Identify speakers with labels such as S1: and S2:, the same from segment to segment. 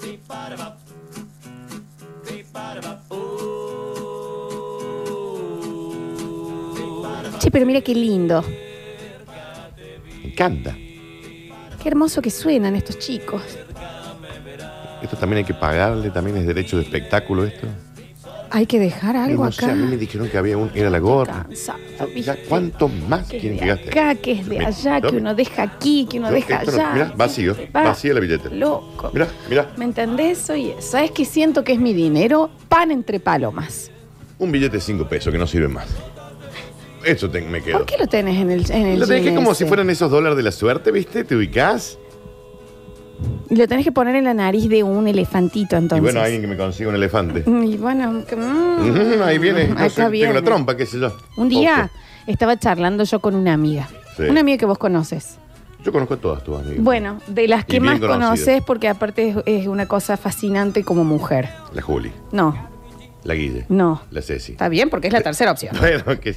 S1: Beep-ba-da-bop. Beep-ba-da-bop. Ooh. Beep-ba-da-bop.
S2: Che, pero mira qué lindo.
S3: Canta.
S2: Qué hermoso que suenan estos chicos.
S3: Esto también hay que pagarle, también es derecho de espectáculo esto.
S2: Hay que dejar algo
S3: no sé,
S2: acá.
S3: a mí me dijeron que había un, era la gorra.
S2: Cansado,
S3: Ya,
S2: ¿viste?
S3: ¿Cuántos más
S2: Que
S3: quieren
S2: es
S3: que
S2: de
S3: gaste?
S2: acá, que es de
S3: Mira,
S2: allá,
S3: yo-
S2: que uno deja aquí, que uno
S3: yo
S2: deja
S3: esto no-
S2: allá.
S3: mirá, vacío,
S2: Va,
S3: vacía la billetera.
S2: Loco.
S3: Mirá, mirá,
S2: ¿Me entendés? Soy eso. ¿Sabes que siento que es mi dinero? Pan entre palomas.
S3: un billete de 5 pesos que no sirve más. Eso te- me quedo.
S2: ¿Por qué lo tenés en el, en el
S3: Lo dejé
S2: jean
S3: como
S2: ese?
S3: si fueran esos dólares de la suerte, ¿viste? Te ubicás.
S2: Y Lo tenés que poner en la nariz de un elefantito, entonces.
S3: Y bueno, alguien que me consiga un elefante.
S2: Y bueno, que- mm.
S3: Ujú, ahí viene. No
S2: Acá
S3: sé,
S2: viene.
S3: Tengo la trompa, qué sé yo.
S2: Un día estaba charlando yo con una amiga.
S3: Sí.
S2: Una amiga que vos conoces.
S3: Ojo. Yo conozco a todas tus amigas.
S2: Bueno, de las
S3: Y
S2: que
S3: bien
S2: más
S3: conocidas.
S2: conoces, porque aparte es, es una cosa fascinante como mujer.
S3: La Juli,
S2: No,
S3: la Guille,
S2: no.
S3: la Ceci.
S2: Mm. Está bien, porque es la tercera opción.
S3: Bueno, que,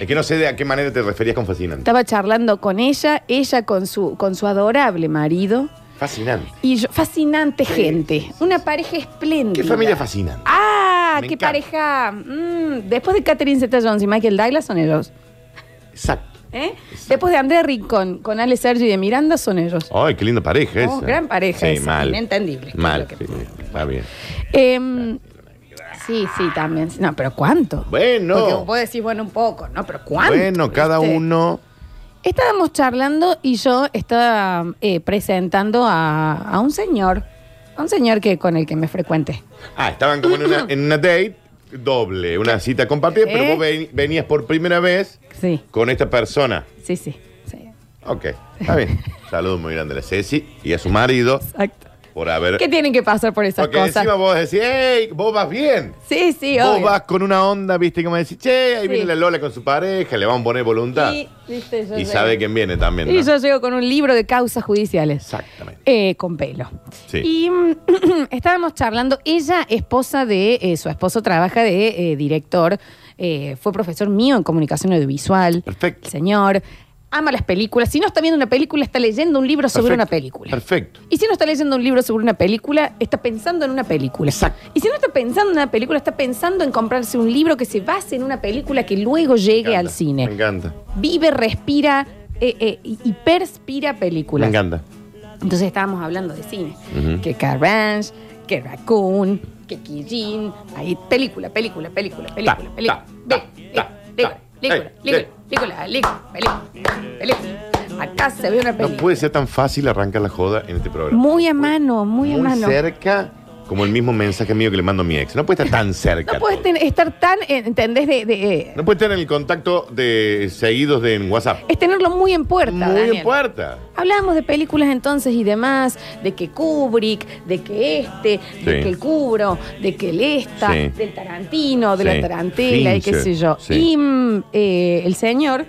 S3: es que no sé de a qué manera te referías con fascinante.
S2: Estaba charlando con ella, ella con su, con su adorable marido.
S3: Fascinante.
S2: Y yo, fascinante gente. Una pareja espléndida.
S3: Qué familia fascinante.
S2: ¡Ah!
S3: Me
S2: ¡Qué
S3: encanta.
S2: pareja! Mm, después de Catherine Zeta Jones y Michael Douglas son ellos.
S3: Exacto.
S2: ¿eh? Después de André Rincón con Ale Sergio y de Miranda son ellos.
S3: Ay, qué linda pareja esa.
S2: Oh, gran pareja
S3: Sí,
S2: esa,
S3: mal.
S2: inentendible.
S3: Mal.
S2: Creo que-
S3: sí, está bien.
S2: Em, sí, sí, también. No, pero ¿cuánto? Porque
S3: Bueno.
S2: vos decís, bueno, un poco, ¿no? Pero ¿cuánto?
S3: Bueno, cada
S2: ¿viste?
S3: uno.
S2: Estábamos charlando y yo estaba eh, presentando a, a un señor, a un señor que con el que me frecuente.
S3: Ah, estaban como en una, en una date doble, una cita compartida, pero
S2: ¿Eh?
S3: vos ven- venías por primera vez
S2: Sí,
S3: con esta persona.
S2: sí, sí. sí.
S3: Ok, está bien. Saludos muy grandes a la Ceci y a su marido
S2: Exacto.
S3: por haber...
S2: ¿Qué tienen que pasar por esas
S3: Porque
S2: cosas?
S3: encima vos decís, hey, vos vas bien.
S2: Sí, sí,
S3: Vos
S2: obvio.
S3: vas con una onda, viste, como decís, che, ahí
S2: Sí.
S3: viene la Lola con su pareja, le van a poner voluntad.
S2: Y,
S3: Y,
S2: viste, yo llego.
S3: sabe quién viene también.
S2: Y
S3: ¿no?
S2: yo llego con un libro de causas judiciales.
S3: Exactamente.
S2: Eh, con pelo.
S3: Sí.
S2: Y mm, estábamos charlando. Ella, esposa de. eh, su esposo trabaja de eh, director. eh, fue profesor mío en comunicación audiovisual.
S3: Perfecto.
S2: El señor. Ama las películas. Si no está viendo una película, está leyendo un libro sobre
S3: Perfecto.
S2: una película.
S3: Perfecto.
S2: Y si no está leyendo un libro sobre una película, está pensando en una película.
S3: Exacto.
S2: Y si no está pensando en una película, está pensando en comprarse un libro que se base en una película que luego llegue
S3: Me
S2: al
S3: encanta,
S2: cine.
S3: Me encanta.
S2: Vive, respira eh, eh, y y perspira
S3: Me
S2: películas.
S3: encanta.
S2: Entonces estábamos hablando de cine.
S3: Ujú.
S2: Que Carrange, que Raccoon, que Kijin. Ahí, película, película, película, película,
S3: Ta, ta,
S2: película. Ve,
S3: ta,
S2: película,
S3: ta,
S2: película,
S3: ta.
S2: película,
S3: Eh,
S2: película, película, película, película. Acá se ve una
S3: No
S2: película.
S3: puede ser tan fácil arrancar la joda en este programa.
S2: Muy a mano, muy, a
S3: Muy
S2: mano.
S3: cerca, como el mismo mensaje mío que le mando a mi ex. No puede estar tan cerca.
S2: No puedes
S3: todo.
S2: ten- estar tan, eh, ¿entendés? De, de, eh,
S3: No puede estar en el contacto de seguidos de en WhatsApp.
S2: Es tenerlo muy en puerta,
S3: Muy
S2: Daniel.
S3: en puerta.
S2: Hablábamos de películas entonces y demás, de que Kubrick, de que este, de
S3: Sí.
S2: que el Cubro, de que el esta,
S3: Sí.
S2: del Tarantino, de la
S3: Sí.
S2: Tarantela y qué
S3: Fincher,
S2: sé yo.
S3: sí.
S2: Y mm, eh, el señor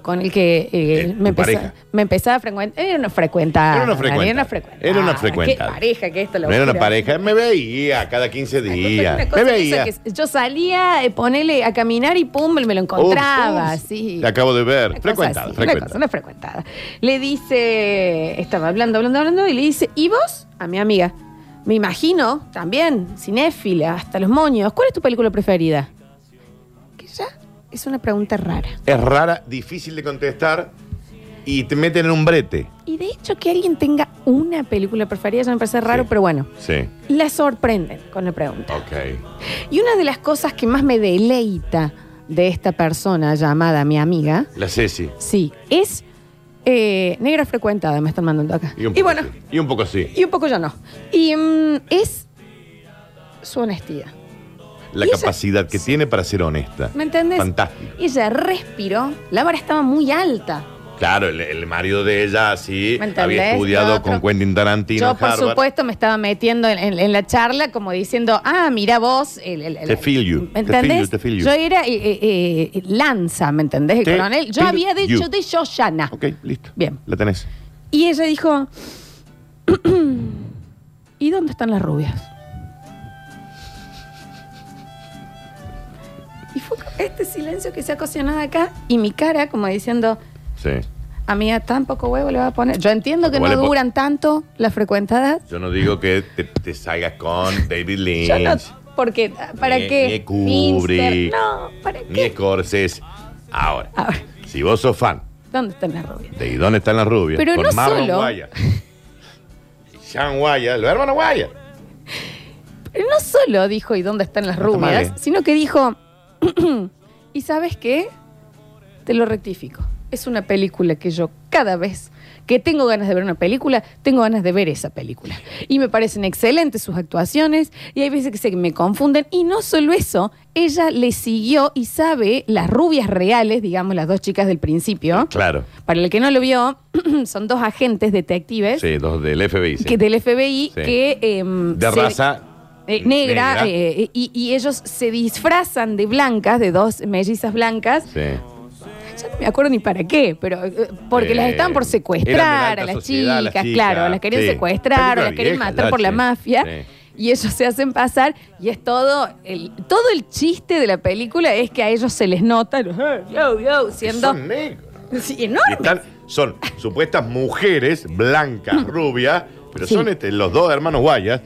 S2: con el que eh,
S3: Eh,
S2: me,
S3: tu
S2: empezaba,
S3: pareja.
S2: me empezaba a frecuentar. Era una frecuentada.
S3: Era una frecuentada.
S2: Era una frecuentada. Ah,
S3: Era una frecuentada.
S2: Qué pareja que esto lo
S3: No era una pareja, me veía cada 15 días. Me veía. Oh,
S2: yo salía, eh, ponele a caminar y pum, me lo encontraba.
S3: Ups, ups,
S2: sí.
S3: Te acabo de ver.
S2: Una cosa
S3: Frecuentada,
S2: así, una cosa,
S3: frecuentada.
S2: una frecuentada. Le dice, estaba hablando, hablando, hablando, y le dice, ¿y vos? A mi amiga. Me imagino, también, cinéfila, hasta los moños. ¿Cuál es tu película preferida? Que ya es una pregunta rara.
S3: Es rara, difícil de contestar y te meten en un brete.
S2: Y de hecho, que alguien tenga una película preferida ya me parece raro,
S3: Sí.
S2: pero bueno,
S3: Sí,
S2: la sorprenden con la pregunta.
S3: ok.
S2: Y una de las cosas que más me deleita de esta persona llamada mi amiga,
S3: La Ceci.
S2: sí, es eh, negra frecuentada, me están mandando acá.
S3: Y, un
S2: y
S3: poco
S2: bueno,
S3: sí. Y un poco sí.
S2: Y un poco yo no. Y mm, es su honestidad.
S3: La
S2: y ella-
S3: capacidad que tiene para ser honesta.
S2: ¿Me entendés?
S3: Fantástico.
S2: Ella respiró, la vara estaba muy alta.
S3: Claro, el, el marido de ella, sí,
S2: ¿Me entendés?
S3: había estudiado
S2: Lo otro.
S3: con Quentin Tarantino
S2: Yo,
S3: en
S2: por
S3: Harvard.
S2: supuesto, me estaba metiendo en, en- en la charla como diciendo, ah, mira vos. El, el- el-
S3: Te feel you, te
S2: ¿Me
S3: feel
S2: entendés?
S3: you, te feel you.
S2: Yo era eh, eh, eh, lanza, ¿me entendés? El
S3: Te
S2: coronel. Yo
S3: feel
S2: había dicho
S3: you.
S2: de Shoshana.
S3: Ok, listo.
S2: Bien.
S3: La tenés.
S2: Y ella dijo, ¿y dónde están las rubias? Y fue este silencio que se ha ocasionado acá y mi cara como diciendo,
S3: Sí.
S2: A mí tampoco huevo le va a poner. Yo entiendo que
S3: Vale,
S2: no
S3: po-
S2: duran tanto las frecuentadas.
S3: Yo no digo que te, te salgas con David Lynch,
S2: Yo no, porque ¿para
S3: Ni-
S2: qué?
S3: ni Kubrick.
S2: Finster, no, ¿para
S3: ni
S2: qué?
S3: Scorsese. Ahora,
S2: Ahora,
S3: si vos sos fan
S2: ¿dónde están las rubias?
S3: de ¿Y dónde están las rubias?
S2: Pero
S3: con
S2: no
S3: Marlon
S2: solo.
S3: Guaya. Y Sean Guaya, los hermanos Guaya.
S2: Pero no solo dijo ¿y dónde están las
S3: No está mal,
S2: rubias?
S3: eh.
S2: Sino que dijo ¿y sabes qué? Te lo rectifico. Es una película que yo cada vez que tengo ganas de ver una película, tengo ganas de ver esa película. Y me parecen excelentes sus actuaciones y hay veces que se me confunden. Y no solo eso, ella le siguió y sabe las rubias reales, digamos las dos chicas del principio.
S3: Claro.
S2: Para el que no lo vio, son dos agentes detectives
S3: Sí, dos del FBI. sí.
S2: que del FBI
S3: Sí.
S2: que... em,
S3: de
S2: se-
S3: raza
S2: eh, negra,
S3: negra.
S2: eh, y, y ellos se disfrazan de blancas, de dos mellizas blancas.
S3: Sí.
S2: Ya no me acuerdo ni para qué, pero eh, porque
S3: Eh,
S2: las estaban por
S3: eran de
S2: secuestrar
S3: la
S2: a
S3: alta
S2: las
S3: sociedad,
S2: chicas,
S3: las chicas,
S2: claro, las querían
S3: sí.
S2: secuestrar, o
S3: Película
S2: las querían
S3: vieja,
S2: matar
S3: ya,
S2: por la
S3: sí,
S2: mafia.
S3: sí.
S2: Y ellos se hacen pasar y es todo el, todo el chiste de la película es que a ellos se les nota "Eh, yo, yo", siendo
S3: Son negros.
S2: Sí,
S3: Y
S2: enormes.
S3: están- son supuestas mujeres blancas, rubias, pero
S2: Sí.
S3: son este, los dos hermanos Guayas,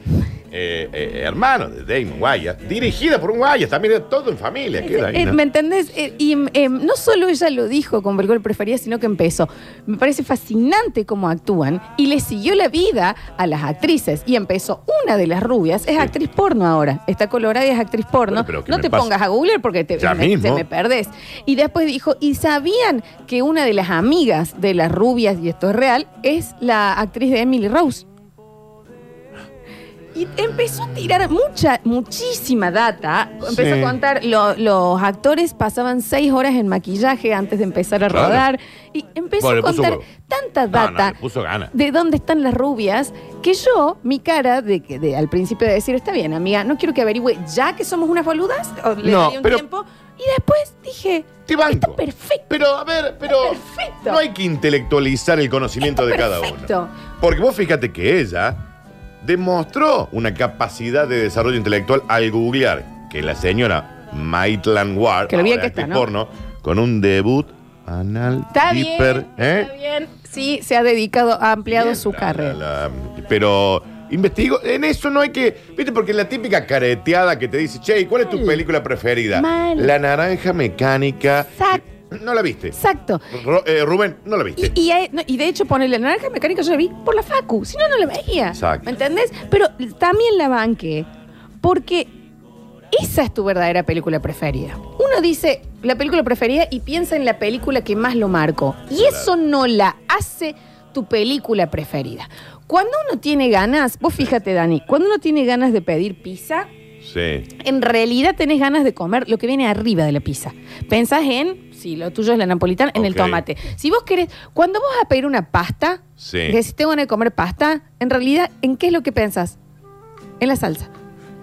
S3: eh, eh, hermanos de Damon Guayas, dirigidas por un Guayas, también era todo en familia. Queda ahí,
S2: Eh,
S3: ¿no?
S2: ¿Me entendés? Eh, y em, no solo ella lo dijo con Belgol preferida, sino que empezó. Me parece fascinante cómo actúan y le siguió la vida a las actrices. Y empezó una de las rubias, es actriz porno ahora. Está colorada y es actriz porno.
S3: Bueno, pero que
S2: no
S3: me
S2: te
S3: pasa-
S2: pongas a googlear porque te,
S3: Ya
S2: me,
S3: mismo.
S2: te me perdés. Y después dijo, ¿y sabían que una de las amigas de las rubias, y esto es real, es la actriz de Emily Rose? Y empezó a tirar mucha, muchísima data. Empezó
S3: Sí.
S2: a contar, lo- los actores pasaban seis horas en maquillaje antes de empezar a
S3: Claro.
S2: rodar. Y empezó
S3: Bueno, le
S2: a
S3: puso
S2: contar
S3: huevo.
S2: tanta
S3: No, no,
S2: data
S3: le puso ganas.
S2: de dónde están las rubias que yo, mi cara, de, que- de- al principio de decir, está bien, amiga, no quiero que averigüe ya que somos unas boludas, o le
S3: No,
S2: daría un
S3: pero-
S2: tiempo. Y después dije,
S3: Te banco.
S2: perfecto.
S3: Pero, a ver, pero.
S2: Perfecto.
S3: No hay que intelectualizar el conocimiento de cada
S2: perfecto.
S3: uno. Porque vos fíjate que ella demostró una capacidad de desarrollo intelectual al googlear que la señora Maitland Ward,
S2: Que lo bien
S3: ahora
S2: que está,
S3: actriz
S2: ¿no?
S3: porno, con un debut anal
S2: está
S3: hiper,
S2: bien,
S3: ¿eh?
S2: está bien. Sí, se ha dedicado, ha ampliado
S3: Bien,
S2: su
S3: la-
S2: carrera.
S3: la- la- pero investigo, en eso no hay que. ¿Viste? Porque la típica careteada que te dice, che, ¿y ¿cuál es tu
S2: Mal.
S3: película preferida?
S2: Mal.
S3: La naranja mecánica.
S2: Exacto.
S3: No la viste.
S2: Exacto.
S3: Ro- eh, Rubén, no la viste.
S2: Y, y, hay- no, y de hecho, ponerle naranja mecánica yo la vi por la facu, si no, no la veía.
S3: Exacto.
S2: ¿Me entendés? Pero también la banqué, porque esa es tu verdadera película preferida. Uno dice la película preferida y piensa en la película que más lo marcó. Y eso no la hace tu película preferida. Cuando uno tiene ganas, vos fíjate, Dani, cuando uno tiene ganas de pedir pizza,
S3: Sí.
S2: en realidad tenés ganas de comer lo que viene arriba de la pizza. Pensás en, si lo tuyo es la napolitana, en el
S3: Ok.
S2: tomate. Si vos querés, cuando vos vas a pedir una pasta,
S3: Sí.
S2: que si tengo ganas de comer pasta, en realidad, ¿en qué es lo que pensás? En la salsa.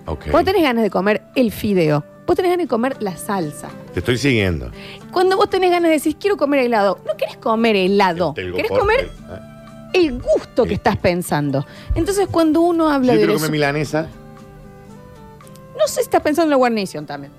S3: Ok.
S2: Vos tenés ganas de comer el fideo. Vos tenés ganas de comer la salsa.
S3: Te estoy siguiendo.
S2: Cuando vos tenés ganas de decir, quiero comer helado, no querés comer helado.
S3: Este, El telgo
S2: Querés
S3: por-
S2: comer
S3: Ah.
S2: el gusto que estás pensando. Entonces, cuando uno
S3: Yo
S2: habla de
S3: quiero
S2: eso,
S3: comer milanesa.
S2: no sé si estás pensando en la guarnición también.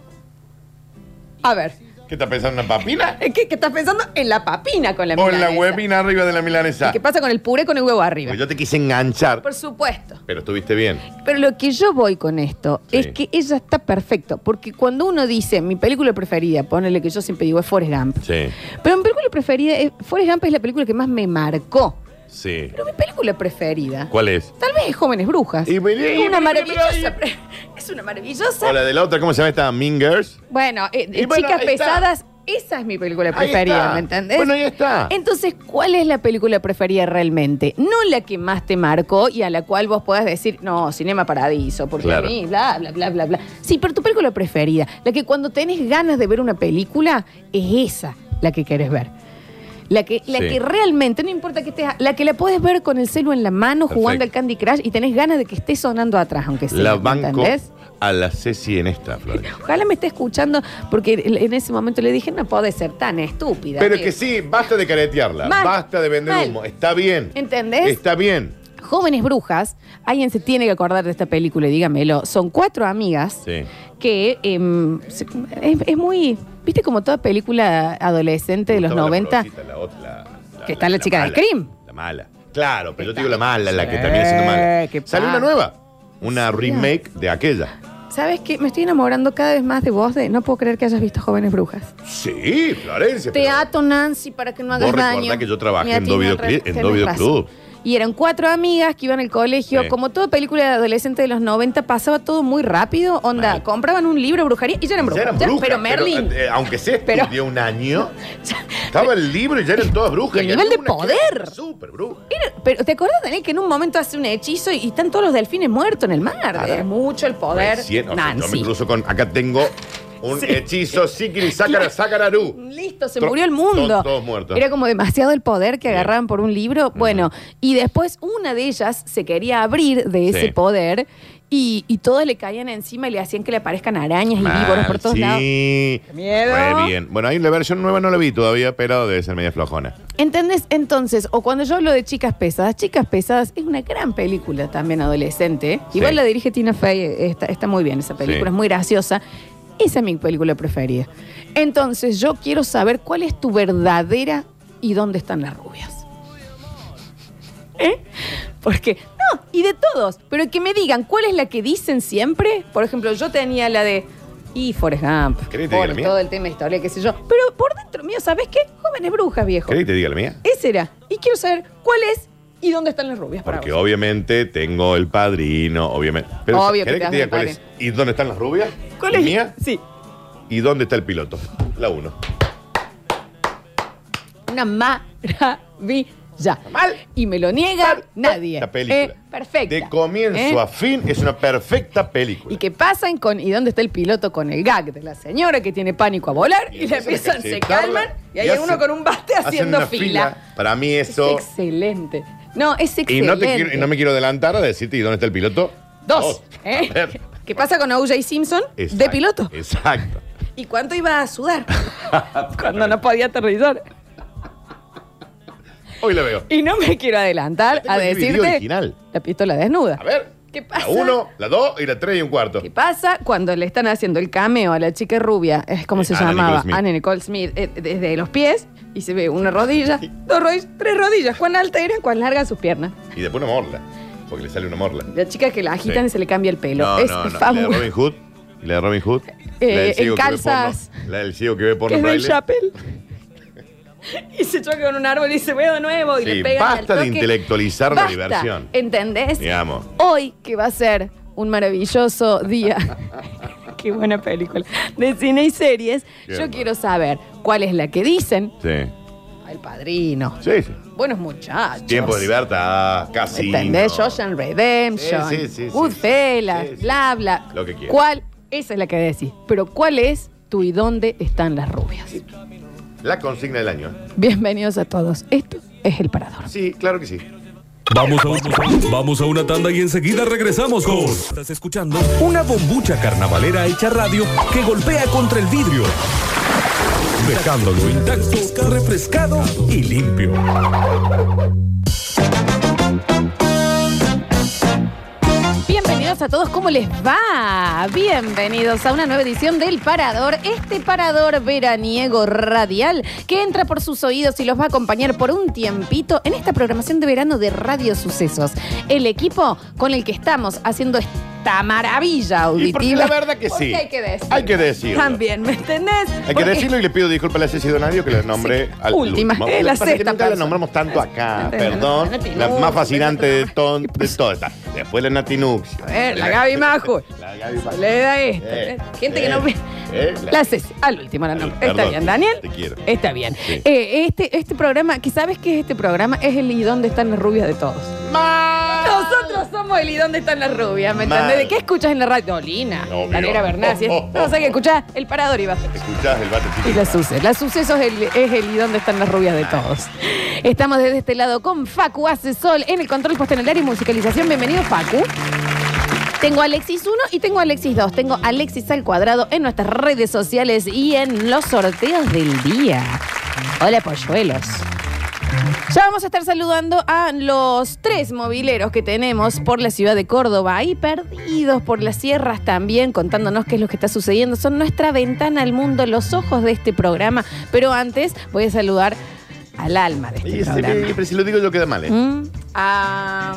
S2: A ver.
S3: ¿Qué estás pensando? ¿Una papina?
S2: Es que, que estás pensando en la papina con la
S3: ¿O en la
S2: milanesa.
S3: huevina arriba de la milanesa?
S2: ¿Y ¿Qué pasa con el puré con el huevo arriba?
S3: Porque Pues yo te quise enganchar,
S2: Por supuesto.
S3: pero estuviste bien.
S2: Pero lo que yo voy con esto
S3: Sí.
S2: es que ella está perfecto. Porque cuando uno dice, mi película preferida, ponele que yo siempre digo, es Forrest Gump.
S3: Sí.
S2: Pero mi película preferida, es, Forrest Gump es la película que más me marcó.
S3: Sí.
S2: Pero mi película preferida,
S3: ¿Cuál es?
S2: tal vez es Jóvenes Brujas.
S3: Y bueno,
S2: es
S3: y
S2: una
S3: bueno,
S2: maravillosa.
S3: pero-
S2: pre- Es una maravillosa.
S3: O la de la otra, ¿cómo se llama esta? Mingers.
S2: Bueno, eh,
S3: Y
S2: eh,
S3: bueno,
S2: Chicas
S3: ahí está.
S2: Pesadas, esa es mi película
S3: Ahí
S2: preferida,
S3: está.
S2: ¿me entendés?
S3: Bueno, ahí está.
S2: Entonces, ¿cuál es la película preferida realmente? No la que más te marcó y a la cual vos puedas decir, no, Cinema Paradiso, porque
S3: Claro.
S2: a mí, bla, bla, bla, bla, bla. Sí, pero tu película preferida, la que cuando tenés ganas de ver una película, es esa la que querés ver. La que, la
S3: Sí.
S2: que realmente, no importa que estés, la que la podés ver con el celu en la mano jugando al
S3: Perfecto.
S2: Candy Crush y tenés ganas de que esté sonando atrás, aunque sea.
S3: la
S2: ¿me
S3: banco
S2: entendés?
S3: a la Ceci en esta, Florencia.
S2: Ojalá me esté escuchando, porque en ese momento le dije, no puede ser tan estúpida.
S3: Pero
S2: que-
S3: que sí, basta de caretearla,
S2: Mal.
S3: basta de vender
S2: Mal.
S3: humo. Está bien.
S2: ¿Entendés?
S3: Está bien.
S2: Jóvenes brujas, alguien se tiene que acordar de esta película, y dígamelo. Son cuatro amigas
S3: Sí.
S2: que em, se- es, es muy. ¿Viste como toda película adolescente de los
S3: Estaba la
S2: 90?
S3: Rosita, la otra, la-
S2: Que está la chica del Scream.
S3: La mala. Claro, pero yo te digo la
S2: Está-
S3: mala, la que
S2: Sí,
S3: termina siendo mala.
S2: qué
S3: Salió una
S2: padre.
S3: nueva. Una remake de aquella.
S2: ¿Sabes qué? Me estoy enamorando cada vez más de vos. De, no puedo creer que hayas visto jóvenes brujas.
S3: Sí, Florencia.
S2: Te
S3: pero-
S2: ato, Nancy, para que no hagas
S3: Vos recordá
S2: daño.
S3: que yo trabajé
S2: Me
S3: en
S2: atinan
S3: Dovido
S2: re-
S3: Cli- en
S2: tenés
S3: Dovido
S2: razón.
S3: Club.
S2: Y eran cuatro amigas que iban al colegio.
S3: Sí.
S2: Como toda película de adolescente de los 90, pasaba todo muy rápido. Onda,
S3: Mal.
S2: compraban un libro de brujería y ya eran
S3: Ya
S2: brujas.
S3: eran
S2: Ya-
S3: brujas,
S2: pero Merlin.
S3: eh, aunque se
S2: Pero-
S3: estudió un año, estaba el libro y ya eran todas brujas.
S2: Y el
S3: había
S2: nivel de
S3: una que
S2: poder.
S3: era Súper bruja.
S2: Era- pero ¿te acuerdas, Daniel, que en un momento hace un hechizo y, y están todos los delfines muertos en el mar?
S3: Claro.
S2: Es mucho el poder.
S3: Recién, o sea, yo me
S2: Nancy.
S3: cruzo con. Acá tengo un hechizo psiquiri sácara sacararú.
S2: Listo, se
S3: Tro-
S2: murió el mundo.
S3: to- todos muertos.
S2: Era como demasiado el poder que
S3: Bien.
S2: agarraban por un libro. Bueno, y después una de ellas se quería abrir de ese
S3: Sí.
S2: poder y, y todos le caían encima y le hacían que le aparezcan arañas y víboras por todos lados.
S3: sí.
S2: miedo.
S3: Re bien. Bueno, hay una versión nueva, no la vi todavía, pero debe ser media flojona.
S2: ¿Entendés? Entonces, o cuando yo hablo de Chicas Pesadas, Chicas Pesadas es una gran película también adolescente.
S3: Sí.
S2: Igual la dirige Tina Fey, eh, está, está muy bien esa película,
S3: Sí.
S2: es muy graciosa. Esa es mi película preferida. Entonces, yo quiero saber cuál es tu verdadera y dónde están las rubias. ¿Eh? Porque, no, y de todos, pero que me digan cuál es la que dicen siempre. Por ejemplo, yo tenía la de. Y Forrest Gump,
S3: ¿Querés que te diga la
S2: por
S3: mía?
S2: todo el tema de historia, qué sé yo. Pero por dentro mío, ¿sabes qué? Jóvenes brujas, viejo.
S3: ¿Querés que te diga la mía?
S2: Ese era. Y quiero saber cuál es y dónde están las rubias para
S3: Porque
S2: vos.
S3: obviamente tengo el padrino, obviamente.
S2: Obvio que
S3: ¿querés que te
S2: te
S3: diga
S2: das
S3: cuál
S2: el
S3: es? ¿Y dónde están las rubias? ¿Mía?
S2: Sí.
S3: ¿Y dónde está el piloto? La uno.
S2: Una maravilla.
S3: Mal.
S2: Y me lo niega nadie.
S3: La película.
S2: Eh, perfecta.
S3: De comienzo
S2: Eh,
S3: a fin es una perfecta película.
S2: Y que pasan con ¿y dónde está el piloto con el gag de la señora que tiene pánico a volar? Y, le
S3: empiezan a
S2: empiezan, se
S3: cachetarla,
S2: calman y hay
S3: hacen-
S2: uno con un bate
S3: hacen
S2: haciendo
S3: una
S2: fila.
S3: Para mí eso.
S2: Es excelente. No, es
S3: Y
S2: excelente.
S3: no, te quiero- y no me quiero adelantar a decirte, ¿y dónde está el piloto?
S2: Dos.
S3: A
S2: ¿eh?
S3: ver.
S2: ¿Qué pasa con OJ Simpson? De
S3: Exacto,
S2: piloto.
S3: Exacto.
S2: ¿Y cuánto iba a sudar? Cuando no podía aterrizar.
S3: Hoy lo veo.
S2: Y no me quiero
S3: La
S2: adelantar
S3: tengo
S2: a
S3: en DVD
S2: decirte
S3: original.
S2: la pistola desnuda.
S3: A ver.
S2: ¿Qué pasa?
S3: La uno, la dos y la tres y un cuarto.
S2: ¿Qué pasa cuando le están haciendo el cameo a la chica rubia? Es como
S3: Eh,
S2: se
S3: Anna
S2: llamaba,
S3: Nicole Smith.
S2: Anna Nicole Smith, eh, desde los pies y se ve una rodilla, dos rodillas, tres rodillas. ¿Cuán alta eran? ¿Cuán largas sus piernas?
S3: Y después una morla. Porque le sale una morla.
S2: La chica que la agitan
S3: Sí.
S2: y se le cambia el pelo.
S3: No,
S2: es
S3: no, no. La de
S2: fabuloso.
S3: Robin Hood. La de Robin Hood.
S2: Eh,
S3: la del
S2: en
S3: ciego que ve
S2: calzas.
S3: porno, La del ciego que ve
S2: Que
S3: porno
S2: es del
S3: braille.
S2: Chapel. Y se choca con un árbol y se ve de nuevo y
S3: Sí,
S2: le pega.
S3: basta de intelectualizar la diversión.
S2: ¿Entendés?
S3: Digamos.
S2: Hoy que va a ser un maravilloso día. Qué buena película. De cine y series.
S3: Qué
S2: yo
S3: bueno.
S2: quiero saber cuál es la que dicen.
S3: Sí.
S2: El padrino.
S3: Sí, sí.
S2: Buenos muchachos.
S3: Tiempo de libertad, casi.
S2: ¿Entendés? Shawshank Redemption.
S3: Sí, sí, sí, sí.
S2: Goodfellas,
S3: Sí, sí.
S2: bla, bla.
S3: Lo que quieras.
S2: ¿Cuál? Esa es la que decís. Pero ¿cuál es tu y dónde están las rubias?
S3: La consigna del año.
S2: Bienvenidos a todos. Esto es El Parador.
S3: Sí, claro que sí.
S4: Vamos a, un- vamos a una tanda y enseguida regresamos con. Estás escuchando una bombucha carnavalera hecha radio que golpea contra el vidrio, dejándolo intacto, refrescado y limpio.
S2: Bienvenidos a todos, ¿cómo les va? Bienvenidos a una nueva edición del Parador, este parador veraniego radial que entra por sus oídos y los va a acompañar por un tiempito en esta programación de verano de Radio Sucesos. El equipo con el que estamos haciendo esta maravilla
S3: Y
S2: auditiva.
S3: porque la verdad que
S2: Porque
S3: sí.
S2: Hay que decirlo.
S3: Hay que decirlo.
S2: También, ¿me entendés?
S3: Hay que
S2: Porque-
S3: decirlo y le pido disculpas a la Ceci Donadio que la nombré
S2: Sí,
S3: al
S2: última,
S3: último.
S2: es
S3: Lo
S2: la
S3: que pasa es que
S2: sexta
S3: nunca la
S2: persona.
S3: nombramos tanto acá,
S2: No te-
S3: perdón.
S2: no te-
S3: La
S2: no,
S3: más
S2: no,
S3: fascinante
S2: no,
S3: de,
S2: no,
S3: todo, de todas estas. Después la Natinux.
S2: A ver, la Gaby Majo.
S3: La Gaby Majo.
S2: Le da esto.
S3: Eh,
S2: Gente
S3: eh,
S2: que no ve.
S3: eh, la-
S2: la Ceci. Al último la nombro. Está
S3: Perdón,
S2: bien, Daniel.
S3: te quiero.
S2: Está bien.
S3: Sí.
S2: Eh, este, este programa, que sabes que es este programa, es el y dónde están las rubias de todos. Nosotros somos el y dónde están las rubias, ¿me
S3: Mal.
S2: entendés? ¿De qué escuchas en la radio? Dolina,
S3: Obvio.
S2: Daniela Bernasi.
S3: Oh, oh, oh.
S2: No sé qué escuchás, el parador iba.
S3: Escuchás el bate
S2: Y
S3: chiquito.
S2: la suce. La suceso es el, es el y dónde están las rubias de todos. Estamos desde este lado con Facu Hace Sol en el control postenelar y musicalización. Bienvenido, Facu. Tengo a Alexis 1 y tengo a Alexis 2. Tengo a Alexis al cuadrado en nuestras redes sociales y en los sorteos del día. Hola, polluelos. Ya vamos a estar saludando a los tres mobileros que tenemos por la ciudad de Córdoba y perdidos por las sierras también, contándonos qué es lo que está sucediendo. Son nuestra ventana al mundo, los ojos de este programa. Pero antes voy a saludar al alma de este
S3: Y si-
S2: programa.
S3: pero si lo digo yo queda mal, ¿eh?
S2: Mm, a,